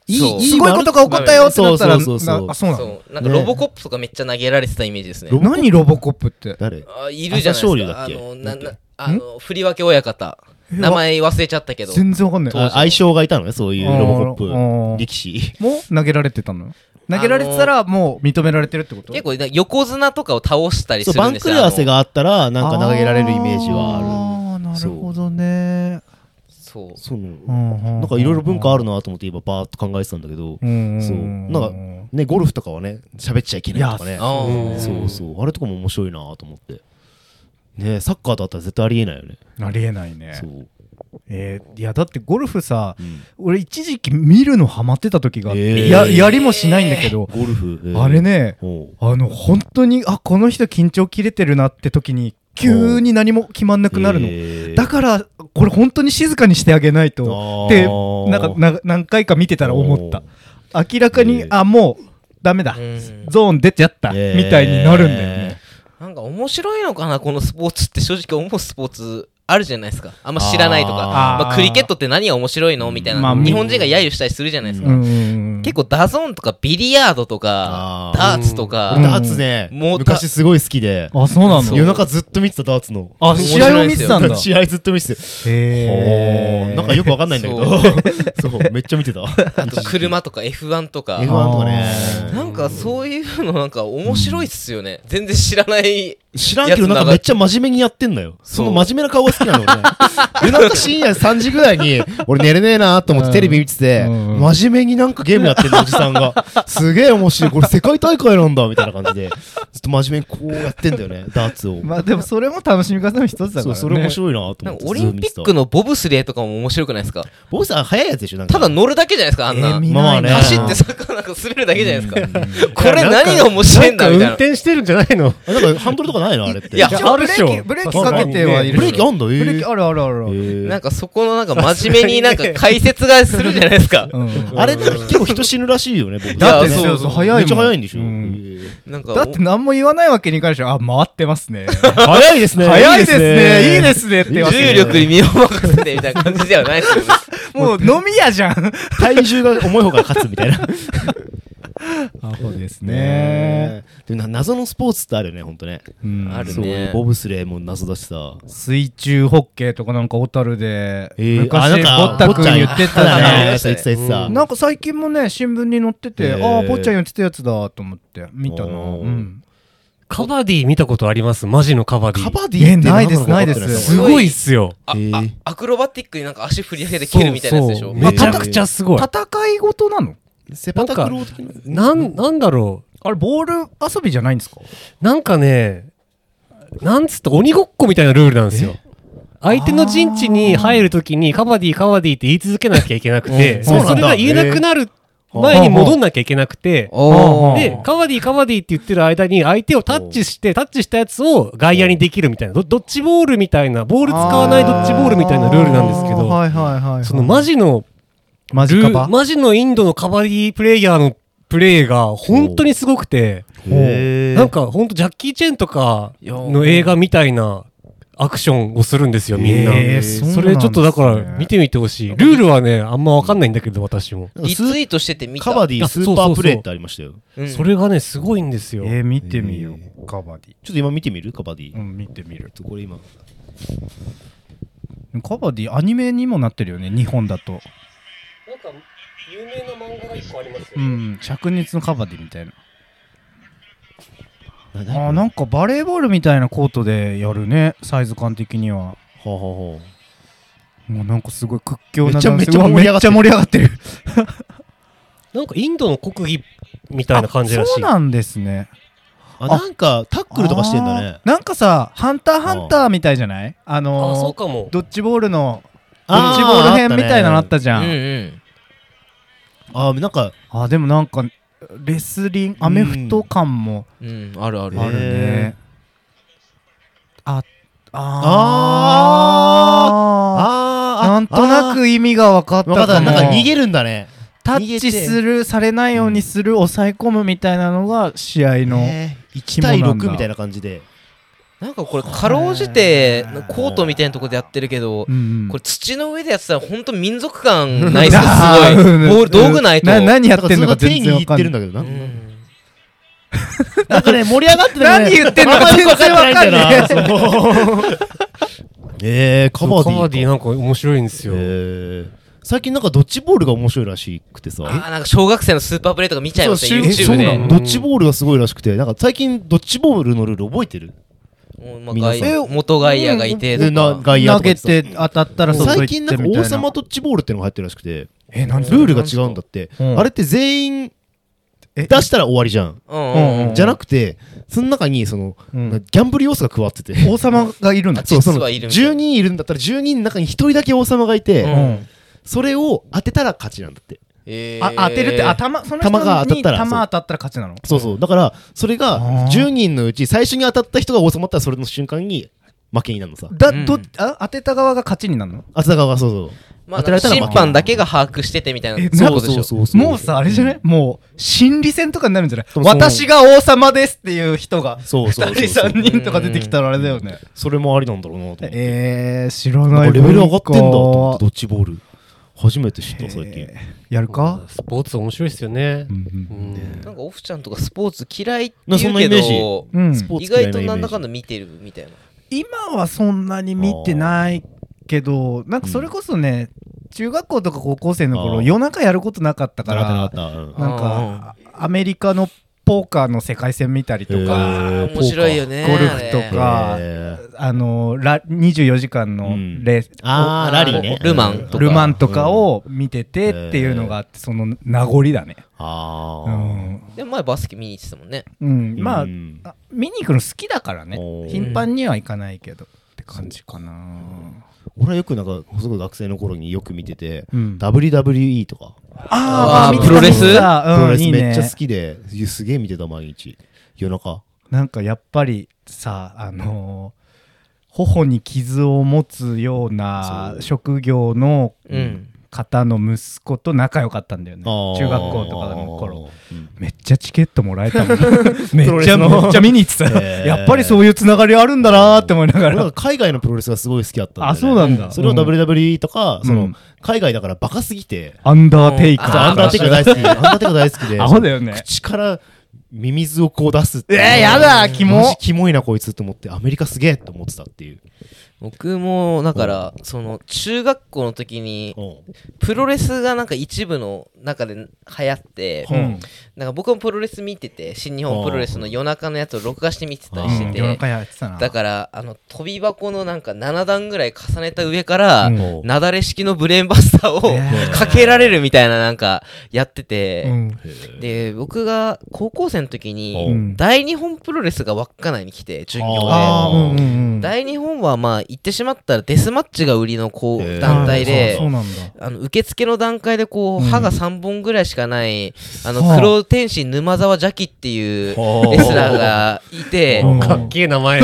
[SPEAKER 4] い
[SPEAKER 2] そう
[SPEAKER 1] いいことが起こったよってなったら、
[SPEAKER 4] そうそうそうそう
[SPEAKER 1] なあ、そうなの
[SPEAKER 2] そう、なんかロボコップとかめっちゃ投げられてたイメージですね。
[SPEAKER 1] 何ロボコップって。
[SPEAKER 4] 誰
[SPEAKER 2] あいるじゃないです
[SPEAKER 4] 朝青龍
[SPEAKER 2] か。
[SPEAKER 4] だ
[SPEAKER 2] あ
[SPEAKER 4] っけ
[SPEAKER 2] の、な、な、あの、振り分け親方。名前忘れちゃったけど。
[SPEAKER 1] 全然わかんない。
[SPEAKER 4] あ相性がいたのね、そういうロボコ
[SPEAKER 1] あーあ
[SPEAKER 4] ッ
[SPEAKER 1] ー
[SPEAKER 4] プ、力士。
[SPEAKER 1] もう投げられてたの投げられてたらもう認められてるってこと
[SPEAKER 2] 結構、横綱とかを倒したり
[SPEAKER 4] そう、
[SPEAKER 2] す
[SPEAKER 4] バ
[SPEAKER 2] るん
[SPEAKER 4] ン
[SPEAKER 2] です
[SPEAKER 4] ク
[SPEAKER 2] よ。
[SPEAKER 4] ルワス
[SPEAKER 2] あの。
[SPEAKER 4] があったら、なんか投げられるイメージはある。
[SPEAKER 1] ああー、なるほどね。
[SPEAKER 2] そう。
[SPEAKER 4] その
[SPEAKER 1] な
[SPEAKER 4] なんかいろいろ文化あるなと思って今バーっと考えてたんだけど、
[SPEAKER 1] うん。
[SPEAKER 4] そうなんかね、ゴルフとかはね、喋っちゃいけないとかね。
[SPEAKER 2] あー
[SPEAKER 4] そうそう。あれとかも面白いなと思って。ねサッカーだったら絶対ありえないよね。
[SPEAKER 1] ありえないね
[SPEAKER 4] そ。う。
[SPEAKER 1] えーいや、だってゴルフさ、
[SPEAKER 4] うん
[SPEAKER 1] 俺一時期見るのハマってた時があっ
[SPEAKER 4] え
[SPEAKER 1] て、
[SPEAKER 4] ー
[SPEAKER 1] ややりもしないんだけど、
[SPEAKER 4] ゴルフ。えー
[SPEAKER 1] あれ。ね、
[SPEAKER 4] おう
[SPEAKER 1] あの、本当に、あ、この人緊張切れてるなって時に、急に何も決まんなくなるの。
[SPEAKER 4] えー
[SPEAKER 1] だから、これ本当に静かにしてあげないと、って、
[SPEAKER 4] あー
[SPEAKER 1] なんかな何回か見てたら思った。明らかに、
[SPEAKER 4] えー
[SPEAKER 1] あ、もう、ダメだ。
[SPEAKER 2] うん
[SPEAKER 1] ゾーン出ちゃった、
[SPEAKER 4] えー
[SPEAKER 1] みたいになるんだよね。
[SPEAKER 2] なんか面白いのかな、このスポーツって正直思うスポーツあるじゃないですか。あんま知らないとか。
[SPEAKER 1] あー
[SPEAKER 2] まあ、クリケットって何が面白いのみたいな、
[SPEAKER 1] まあ
[SPEAKER 2] 日本人が揶揄したりするじゃないですか。
[SPEAKER 1] うんうんうん
[SPEAKER 2] 結構ダゾーンとかビリヤードとか
[SPEAKER 4] あ、ー
[SPEAKER 2] ダーツとか、
[SPEAKER 1] うん
[SPEAKER 4] ダーツね、
[SPEAKER 2] もう
[SPEAKER 4] 昔すごい好きで、
[SPEAKER 1] あ、そうなの
[SPEAKER 4] 夜中ずっと見てたダーツの。
[SPEAKER 1] あ、
[SPEAKER 2] 面白
[SPEAKER 1] 試合を
[SPEAKER 2] いで
[SPEAKER 1] 見
[SPEAKER 2] す
[SPEAKER 1] て
[SPEAKER 2] よ
[SPEAKER 1] たんだ。
[SPEAKER 4] 試合ずっと見てて。
[SPEAKER 1] へー
[SPEAKER 4] なんかよくわかんないんだけど。 そう、めっちゃ見てた。
[SPEAKER 2] あと車とか F1 とか。
[SPEAKER 4] F1 とかね。
[SPEAKER 2] なんかそういうのなんか面白いっすよね。全然知らない。
[SPEAKER 4] 知らんけど、なんかめっちゃ真面目にやってんだよ。その真面目な顔が好きなの、俺。 夜中深夜3時ぐらいに、俺寝れねえなと思ってテレビ見てて、
[SPEAKER 1] うんうん
[SPEAKER 4] 真面目になんかゲームやってんの、おじさんが。すげえ面白い。これ世界大会なんだ、みたいな感じで。ずっと真面目にこうやってんだよね、ダーツを。
[SPEAKER 1] まあでもそれも楽しみ方の一つだから
[SPEAKER 4] そう、
[SPEAKER 1] ね。
[SPEAKER 4] それ面白いなと
[SPEAKER 2] なん
[SPEAKER 4] 思っ
[SPEAKER 2] か
[SPEAKER 4] て。
[SPEAKER 2] オリンピック
[SPEAKER 4] の。
[SPEAKER 2] のボブスレーとかも面白くないですか
[SPEAKER 4] ボスは早いやつでしょ、なんか。
[SPEAKER 2] ただ乗るだけじゃないですか、あんな。
[SPEAKER 1] えー見
[SPEAKER 4] ま
[SPEAKER 1] な
[SPEAKER 4] あ
[SPEAKER 1] い
[SPEAKER 4] ね
[SPEAKER 1] な
[SPEAKER 2] 走ってサッカーなんか滑るだけじゃないですか。これ何が面白いんだみたい
[SPEAKER 3] 運
[SPEAKER 2] な。
[SPEAKER 3] 転してるんじゃないの
[SPEAKER 4] あなんかハンドルとかないのあれって。
[SPEAKER 2] いや
[SPEAKER 1] 一応
[SPEAKER 3] あるでしょ
[SPEAKER 1] ブレーキブレーキかけてはいる
[SPEAKER 4] ブレーキあんだ、え
[SPEAKER 1] ブレー
[SPEAKER 4] ー
[SPEAKER 1] キあるあるあるあ
[SPEAKER 4] え
[SPEAKER 1] る。
[SPEAKER 4] ー
[SPEAKER 2] なんかそこのなんか真面目になんか解説がするじゃないですか。
[SPEAKER 1] うん
[SPEAKER 4] あれでも結構人死ぬらしいよね、僕。
[SPEAKER 1] だって
[SPEAKER 2] いや
[SPEAKER 1] そう
[SPEAKER 2] そ
[SPEAKER 1] そうう早いもん
[SPEAKER 4] めっちゃ早いんでしょ。
[SPEAKER 1] う
[SPEAKER 4] え
[SPEAKER 1] ん
[SPEAKER 4] ー
[SPEAKER 2] なんか
[SPEAKER 1] だって何も言わないわけにいかないでしょあ回ってますね
[SPEAKER 4] 早いですね。
[SPEAKER 1] 早いですねいいですねって言わ
[SPEAKER 2] 重
[SPEAKER 1] せ
[SPEAKER 2] 力に身を任せてみたいな感じではないですよね。
[SPEAKER 1] もう飲み屋じゃん
[SPEAKER 4] 体重が重い方が勝つみ たいな。
[SPEAKER 1] アホです
[SPEAKER 4] ねでもな謎のスポーツってあるよね、ほんとね。
[SPEAKER 1] うん
[SPEAKER 2] ある
[SPEAKER 4] そう
[SPEAKER 2] ね
[SPEAKER 4] ボブスレーも謎だしさ。
[SPEAKER 1] 水中ホッケーとかなんか小樽で
[SPEAKER 4] えーあ
[SPEAKER 1] 昔
[SPEAKER 4] なんか
[SPEAKER 1] ぼったくん言ってた
[SPEAKER 4] ぼっちゃ
[SPEAKER 1] な
[SPEAKER 4] ん言ってたね言ってた言ってた。
[SPEAKER 1] なんか最近もね新聞に載ってて
[SPEAKER 4] えー
[SPEAKER 1] ああぼっちゃん言ってたやつだと思って見たな
[SPEAKER 4] おー
[SPEAKER 1] うん
[SPEAKER 3] カバディ見たことありますマジのカバディ。
[SPEAKER 4] カバディ
[SPEAKER 1] え
[SPEAKER 4] って
[SPEAKER 1] ないです
[SPEAKER 4] 何の
[SPEAKER 1] ないで
[SPEAKER 4] か分かん
[SPEAKER 1] す
[SPEAKER 3] すごいっすよ。
[SPEAKER 2] あ
[SPEAKER 4] へー
[SPEAKER 2] あアクロバティックになんか足振り上げて蹴るみたいなやつでしょ。
[SPEAKER 3] め
[SPEAKER 4] め
[SPEAKER 3] ち
[SPEAKER 4] ち
[SPEAKER 3] ゃ
[SPEAKER 4] ゃ
[SPEAKER 3] く
[SPEAKER 4] く
[SPEAKER 3] ち
[SPEAKER 4] ち
[SPEAKER 3] ゃ
[SPEAKER 4] ゃ
[SPEAKER 3] すごい。
[SPEAKER 1] 戦い事なの
[SPEAKER 4] セパタクロー的
[SPEAKER 3] な
[SPEAKER 4] な
[SPEAKER 3] ん、なんだろう。
[SPEAKER 1] あれボール遊びじゃないんですか
[SPEAKER 3] なんかね、なんつって鬼ごっこみたいなルールなんですよ。相手の陣地に入るときにカバディカバディって言い続けなきゃいけなくて、
[SPEAKER 4] うん
[SPEAKER 3] そ
[SPEAKER 1] そうなんだ
[SPEAKER 3] れが言えなくなる前に戻んなきゃいけなくて、
[SPEAKER 1] おー
[SPEAKER 3] で、カバディカバディって言ってる間に相手をタッチして、タッチしたやつを外野にできるみたいな、ドドッジボールみたいな、ボール使わないドッジボールみたいなルールなんですけ
[SPEAKER 1] あー
[SPEAKER 3] ど、
[SPEAKER 1] はいはいはいはい
[SPEAKER 3] そのマジの
[SPEAKER 1] マジ
[SPEAKER 3] ル
[SPEAKER 1] カ
[SPEAKER 3] ー、
[SPEAKER 1] バ
[SPEAKER 3] マジのインドのカバディプレイヤーのプレイが本当にすごくて、
[SPEAKER 4] へー
[SPEAKER 3] なんか本当ジャッキー・チェンとかの映画みたいなアクションをするんですよ、みん
[SPEAKER 1] へーそう
[SPEAKER 3] な。
[SPEAKER 1] なんです
[SPEAKER 3] そ
[SPEAKER 1] ね
[SPEAKER 3] れちょっとだから見てみてほしい。ルールはね、あんまわかんないんだけど、私も。
[SPEAKER 2] リツイートしてて見た。
[SPEAKER 4] カバディスーパープレーってありましたよ。
[SPEAKER 2] うん
[SPEAKER 3] それがね、すごいんですよ。
[SPEAKER 1] えー、見てみよう、カバディ。
[SPEAKER 4] ちょっと今見てみるカバディ。ち
[SPEAKER 1] う
[SPEAKER 4] ょ
[SPEAKER 1] ん、見てみる
[SPEAKER 4] っ。とこれ今。
[SPEAKER 1] カバディ、アニメにもなってるよね、日本だと。
[SPEAKER 3] なんか、有名な漫画が一個あります
[SPEAKER 1] うん、灼熱のカバディみたいな。
[SPEAKER 4] なな
[SPEAKER 1] あーなんかバレーボールみたいなコートでやるね、サイズ感的には。
[SPEAKER 4] ほうほうほう
[SPEAKER 1] もうなんかすごい屈強な
[SPEAKER 4] めちゃ
[SPEAKER 1] 男性
[SPEAKER 4] めちゃ
[SPEAKER 1] うわ
[SPEAKER 4] 盛り上
[SPEAKER 1] めっ
[SPEAKER 4] がってる
[SPEAKER 1] ちゃ盛り上がってる。
[SPEAKER 3] なんかインドの国技みたいな感じらしい。
[SPEAKER 1] そうなんですね。
[SPEAKER 4] あ、なんかタックルとかしてんだね
[SPEAKER 1] あー。なんかさ、ハンターハンターみたいじゃないあ
[SPEAKER 3] あ、そ
[SPEAKER 1] の
[SPEAKER 3] う
[SPEAKER 1] ー、
[SPEAKER 3] かも。
[SPEAKER 1] ドッジボールのドッジボール編みたいなのあったじゃ
[SPEAKER 2] うん
[SPEAKER 1] ん。
[SPEAKER 2] うん。
[SPEAKER 4] あーなんか
[SPEAKER 1] あでもなんかレスリングアメフト感も
[SPEAKER 2] うん、あるある。
[SPEAKER 1] あるね
[SPEAKER 4] へ。
[SPEAKER 1] ああ
[SPEAKER 4] あ
[SPEAKER 1] ー なんとなく意味が分かった
[SPEAKER 4] 分
[SPEAKER 1] か
[SPEAKER 4] か
[SPEAKER 1] も
[SPEAKER 4] ったなんか逃げるんだね
[SPEAKER 1] タッチするされないようにする抑え込むみたいなのが試合の、
[SPEAKER 4] ね1対6みたいな感じで
[SPEAKER 2] なんかこれ、かろうじて、コートみたいなとこでやってるけど、
[SPEAKER 1] うん
[SPEAKER 2] これ土の上でやってたら、ほんと民族感ないっす ね
[SPEAKER 1] う
[SPEAKER 2] すごい。
[SPEAKER 1] ん
[SPEAKER 2] ボール、道具ないと。
[SPEAKER 1] な何やってんの
[SPEAKER 4] だ
[SPEAKER 1] から
[SPEAKER 4] それ
[SPEAKER 1] 全
[SPEAKER 4] が手
[SPEAKER 1] 然
[SPEAKER 4] に
[SPEAKER 1] わ
[SPEAKER 4] いっ
[SPEAKER 1] か
[SPEAKER 4] て
[SPEAKER 1] ん
[SPEAKER 4] るん
[SPEAKER 1] ない
[SPEAKER 4] だけど
[SPEAKER 2] う
[SPEAKER 4] な、
[SPEAKER 2] ん
[SPEAKER 4] なんかね盛り上がってたよね
[SPEAKER 1] 何言ってんの
[SPEAKER 4] あんま
[SPEAKER 1] か
[SPEAKER 4] り
[SPEAKER 1] 全
[SPEAKER 4] よく
[SPEAKER 1] 然わかんない
[SPEAKER 4] わかん ないなそうえー、カバ
[SPEAKER 3] カバ
[SPEAKER 4] ー
[SPEAKER 3] デ
[SPEAKER 4] デ
[SPEAKER 3] ィ
[SPEAKER 4] ィ
[SPEAKER 3] なんか面白いんですよ。
[SPEAKER 4] えー最近なんかドッジボールが面白いらしくてさ
[SPEAKER 2] あーなんか小学生のスーパープレイとか見ちゃいます
[SPEAKER 4] そ
[SPEAKER 2] ね、
[SPEAKER 4] うしゅそ
[SPEAKER 2] YouTube
[SPEAKER 4] うな
[SPEAKER 2] で
[SPEAKER 4] の。ドッジボールがすごいらしくてなんか最近ドッジボールのルール覚えてる
[SPEAKER 2] もうまあ
[SPEAKER 4] 皆さん
[SPEAKER 2] 外元外野がいて
[SPEAKER 4] で
[SPEAKER 2] と
[SPEAKER 4] な
[SPEAKER 2] か。
[SPEAKER 4] 外野
[SPEAKER 1] 投
[SPEAKER 4] とか
[SPEAKER 1] げ
[SPEAKER 4] でさ
[SPEAKER 1] て当たったら外行
[SPEAKER 4] 最
[SPEAKER 1] って
[SPEAKER 4] 近
[SPEAKER 1] み
[SPEAKER 4] な
[SPEAKER 1] た
[SPEAKER 4] ん
[SPEAKER 1] い
[SPEAKER 4] か
[SPEAKER 1] な
[SPEAKER 4] 王様ドッジボールってのが流行ってるらしくて
[SPEAKER 1] え
[SPEAKER 4] ル
[SPEAKER 1] 何
[SPEAKER 4] ールが違うんだって
[SPEAKER 1] うん
[SPEAKER 4] あれって全員
[SPEAKER 1] え
[SPEAKER 4] 出したら終わりじゃん
[SPEAKER 2] うんうんうん
[SPEAKER 4] じゃなくてその中にその
[SPEAKER 1] うん
[SPEAKER 4] ギャンブル要素が加わってて
[SPEAKER 1] 王様がいるんだ
[SPEAKER 2] あ
[SPEAKER 4] そうそ
[SPEAKER 2] 実
[SPEAKER 4] の
[SPEAKER 2] はいるみたいな
[SPEAKER 4] 10人いるんだったら10人の中に1人だけ王様がいうて
[SPEAKER 2] ん
[SPEAKER 4] それを当てたら勝ちなんだって
[SPEAKER 2] えー
[SPEAKER 1] あ当てるって頭その人
[SPEAKER 4] 球が当
[SPEAKER 1] に
[SPEAKER 4] た
[SPEAKER 1] 球
[SPEAKER 4] ったら
[SPEAKER 1] 当たったら勝ちなの
[SPEAKER 4] そうそうだからそれ
[SPEAKER 1] あ
[SPEAKER 4] が
[SPEAKER 1] ー
[SPEAKER 4] 10人のうち最初に当たった人が王様だったらそれの瞬間に負けになるのさ
[SPEAKER 1] だ
[SPEAKER 2] うん
[SPEAKER 1] どあ当てた側が勝ちになるの
[SPEAKER 4] あた側がそうそう
[SPEAKER 2] ま
[SPEAKER 4] 当てら
[SPEAKER 2] あ、
[SPEAKER 4] れたら負け
[SPEAKER 2] 審判だけが把握しててみたい
[SPEAKER 1] え
[SPEAKER 2] な、そういうことでし
[SPEAKER 4] そ
[SPEAKER 2] ょ
[SPEAKER 4] う。そうそう
[SPEAKER 1] もうさあれじゃないもう心理戦とかになるんじゃない
[SPEAKER 4] そう
[SPEAKER 1] 私が王様ですっていう人が
[SPEAKER 4] そうそうそう
[SPEAKER 1] 2人3人とか出てきたらあれだよね
[SPEAKER 4] それもありなんだろうなと思って
[SPEAKER 1] えー、知ら
[SPEAKER 4] な
[SPEAKER 1] なんい
[SPEAKER 4] かレベル上がってんだと思ってド
[SPEAKER 1] 文
[SPEAKER 4] ッジボール初めて知った最近
[SPEAKER 1] えやるか
[SPEAKER 3] スポーツ面白いですよね。うん
[SPEAKER 2] なんかオフちゃんとかスポーツ嫌いって
[SPEAKER 4] なそ
[SPEAKER 2] 言う
[SPEAKER 4] んな
[SPEAKER 2] け
[SPEAKER 4] イメージ
[SPEAKER 2] ど、
[SPEAKER 1] うん
[SPEAKER 4] スポー
[SPEAKER 2] 意
[SPEAKER 4] ツ嫌い
[SPEAKER 2] 外
[SPEAKER 4] な
[SPEAKER 2] と
[SPEAKER 4] イメージ
[SPEAKER 2] なんだかんだ見てるみたいな。
[SPEAKER 1] 今はそんなに見てないけどなんかそれこそね、中学校とか高校生の
[SPEAKER 4] あ
[SPEAKER 1] 頃
[SPEAKER 4] ー
[SPEAKER 1] 夜中やることなかったか
[SPEAKER 4] なか
[SPEAKER 1] ら
[SPEAKER 4] ったなかったうん
[SPEAKER 1] なんかアメリカのポーカーの世界戦見たりと
[SPEAKER 4] へ
[SPEAKER 1] か、
[SPEAKER 4] ー
[SPEAKER 2] 面白いよね。
[SPEAKER 1] ゴルフとか
[SPEAKER 4] へー
[SPEAKER 1] あのラ24時間のレース、
[SPEAKER 4] あーラリーね
[SPEAKER 2] ルマンとか
[SPEAKER 1] ルマンとかを見ててっていうのがあってその名残だね、
[SPEAKER 4] あ
[SPEAKER 1] う
[SPEAKER 4] あ
[SPEAKER 1] ん
[SPEAKER 2] でも前バスケ見に行ってたもんね。
[SPEAKER 1] うん、まあ
[SPEAKER 4] うん
[SPEAKER 1] あ見に行くの好きだからね
[SPEAKER 4] おー
[SPEAKER 1] 頻繁には行かないけどって感じかな
[SPEAKER 4] 俺はよくなんかすごい学生の頃によく見てて
[SPEAKER 1] うん
[SPEAKER 4] WWE とか
[SPEAKER 1] あー
[SPEAKER 2] あー
[SPEAKER 1] 見てた
[SPEAKER 2] プロレス
[SPEAKER 1] 見てた
[SPEAKER 4] プロ
[SPEAKER 1] う
[SPEAKER 4] レ
[SPEAKER 1] ん
[SPEAKER 4] ス
[SPEAKER 1] いいね
[SPEAKER 4] めっちゃ好きですげえ見てた毎日夜中
[SPEAKER 1] なんかやっぱりさあのー頬に傷を持つような
[SPEAKER 4] そう
[SPEAKER 1] 職業の
[SPEAKER 2] うん。
[SPEAKER 1] 方の息子と仲良かったんだよね
[SPEAKER 4] あー
[SPEAKER 1] 中学校とかの頃
[SPEAKER 4] うん
[SPEAKER 1] めっちゃチケットもらえたもんめ
[SPEAKER 4] プロ
[SPEAKER 1] っ
[SPEAKER 4] レ
[SPEAKER 1] ち
[SPEAKER 4] ス
[SPEAKER 1] ゃ
[SPEAKER 4] の
[SPEAKER 1] めっちゃ見に行ってたよ、
[SPEAKER 4] へー
[SPEAKER 1] やっぱりそういうつながりあるんだなーって思いなが
[SPEAKER 4] 俺な
[SPEAKER 1] ら
[SPEAKER 4] んか海外のプロレスがすごい好きだったんだよね
[SPEAKER 1] あそうなんだ
[SPEAKER 4] それを WWE とか
[SPEAKER 1] うん
[SPEAKER 4] そうの
[SPEAKER 1] ん
[SPEAKER 4] 海外だからバカすぎて
[SPEAKER 1] アンダーテイカ
[SPEAKER 2] あ
[SPEAKER 1] ー
[SPEAKER 4] そうアンダーテイク大好きアンダーテイク大好き で
[SPEAKER 1] アホだよね
[SPEAKER 4] 口からミミズをこう出すって
[SPEAKER 1] えー、やだキ
[SPEAKER 4] マジ
[SPEAKER 1] モ
[SPEAKER 4] キモいなこいつと思ってアメリカすげえと思ってたっていう
[SPEAKER 2] 僕も、だから、その、中学校の時に、プロレスがなんか一部の中で流行って、
[SPEAKER 1] うん
[SPEAKER 2] なんか僕もプロレス見てて、新日本プロレスの夜中のやつを録画して見てたりして
[SPEAKER 1] 夜
[SPEAKER 2] て、
[SPEAKER 1] 中やってたな
[SPEAKER 2] だから、あの、飛び箱のなんか7段ぐらい重ねた上から、
[SPEAKER 1] うん
[SPEAKER 4] もう
[SPEAKER 2] なだれ式のブレーンバスターを
[SPEAKER 1] えー
[SPEAKER 2] かけられるみたいななんかやって
[SPEAKER 1] う
[SPEAKER 2] て、
[SPEAKER 1] ん
[SPEAKER 2] で僕が高校生の時
[SPEAKER 1] う
[SPEAKER 2] に
[SPEAKER 1] ん
[SPEAKER 2] 大日本プロレスが稚内に来て巡業
[SPEAKER 1] ああう
[SPEAKER 2] で
[SPEAKER 1] んうんうん
[SPEAKER 2] 大日本はまあ言ってしまったらデスマッチが売りのこ
[SPEAKER 4] へ
[SPEAKER 2] う
[SPEAKER 4] ー
[SPEAKER 2] 団体
[SPEAKER 1] あー
[SPEAKER 2] で
[SPEAKER 1] そう。なんだ
[SPEAKER 2] あの受付の段階でこう、
[SPEAKER 1] うん
[SPEAKER 2] 歯が3本ぐらいしかないあ
[SPEAKER 1] は
[SPEAKER 2] の
[SPEAKER 1] あ
[SPEAKER 2] 黒天心沼沢邪気っていうレスラーがいて
[SPEAKER 1] うん
[SPEAKER 3] かっけえ名前。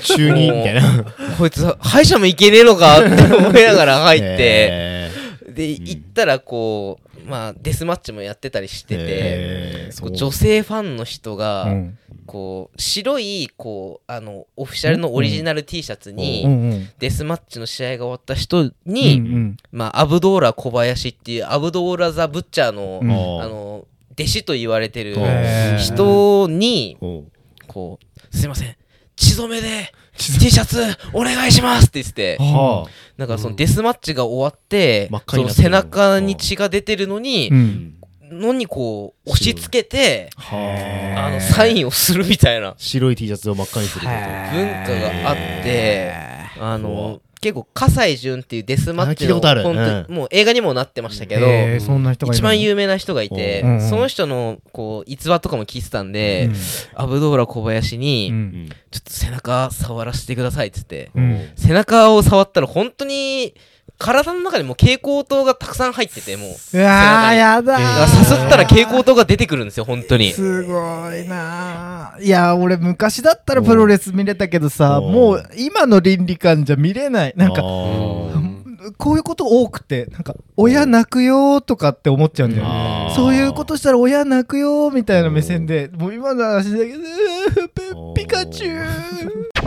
[SPEAKER 4] 中二みたいな
[SPEAKER 2] こいつ歯医者も行けねえのかって思いながら 入って、
[SPEAKER 4] え
[SPEAKER 2] で行ったらこうまあデスマッチもやってたりしてて、
[SPEAKER 4] へー
[SPEAKER 2] こう
[SPEAKER 4] そう
[SPEAKER 2] 女性ファンの人が、
[SPEAKER 1] うん
[SPEAKER 2] こう白いこうあのオフィシャルのオリジナル T シャツに、
[SPEAKER 1] うんうん
[SPEAKER 2] デスマッチの試合が終わった人に、
[SPEAKER 1] うんうん
[SPEAKER 2] まあ、アブドーラ小林っていうアブドーラ・ザ・ブッチャーの,、
[SPEAKER 1] うん
[SPEAKER 2] あの弟子と言われてる
[SPEAKER 1] へー
[SPEAKER 2] 人に
[SPEAKER 4] お
[SPEAKER 2] こうすいません血染めで T シャツお願いしますって言ってて。
[SPEAKER 4] は
[SPEAKER 2] なんかそのデスマッチが終わって、
[SPEAKER 4] 真っ赤
[SPEAKER 2] そ
[SPEAKER 4] に
[SPEAKER 2] の
[SPEAKER 4] なって
[SPEAKER 2] 背
[SPEAKER 4] るの
[SPEAKER 2] 中に血が出てるの
[SPEAKER 1] う
[SPEAKER 2] に、
[SPEAKER 4] あ
[SPEAKER 1] ん
[SPEAKER 2] のにこう押し付けて、
[SPEAKER 4] はあ
[SPEAKER 2] あのサインをするみたいな
[SPEAKER 4] 白い T シャツを真っ赤にすること
[SPEAKER 2] 文化があって、あの結構葛西潤っていうデスマッチ
[SPEAKER 4] あ聞
[SPEAKER 2] の
[SPEAKER 4] いたことある
[SPEAKER 2] 本当に
[SPEAKER 4] う
[SPEAKER 2] もう映画にもなってましたけど。
[SPEAKER 1] えーそんな人がい
[SPEAKER 2] 一
[SPEAKER 1] るの
[SPEAKER 2] 番有名な人がいて、
[SPEAKER 1] うん
[SPEAKER 2] その人のこう逸話とかも聞いてたんで、アブドーラ小林に、
[SPEAKER 1] うん
[SPEAKER 4] うん
[SPEAKER 2] ちょっと背中触らせてくださいっつって、
[SPEAKER 1] うん
[SPEAKER 2] 背中を触ったら本当に体の中にもう蛍光灯がたくさん入っててもう
[SPEAKER 1] うわー、やだ
[SPEAKER 3] え
[SPEAKER 2] だから
[SPEAKER 1] ー。
[SPEAKER 2] さすったら蛍光灯が出てくるんですよ本当に
[SPEAKER 1] すごいなあいや俺昔だったらプロレス見れたけどさ
[SPEAKER 4] おう
[SPEAKER 1] もう今の倫理観じゃ見れないなんかこういうこと多くてなんか親泣くよーとかって思っちゃうんだよ
[SPEAKER 4] あ
[SPEAKER 1] ね
[SPEAKER 4] ー
[SPEAKER 1] そういうことしたら親泣くよーみたいな目線でもう今の話だけどうーピピカチュウ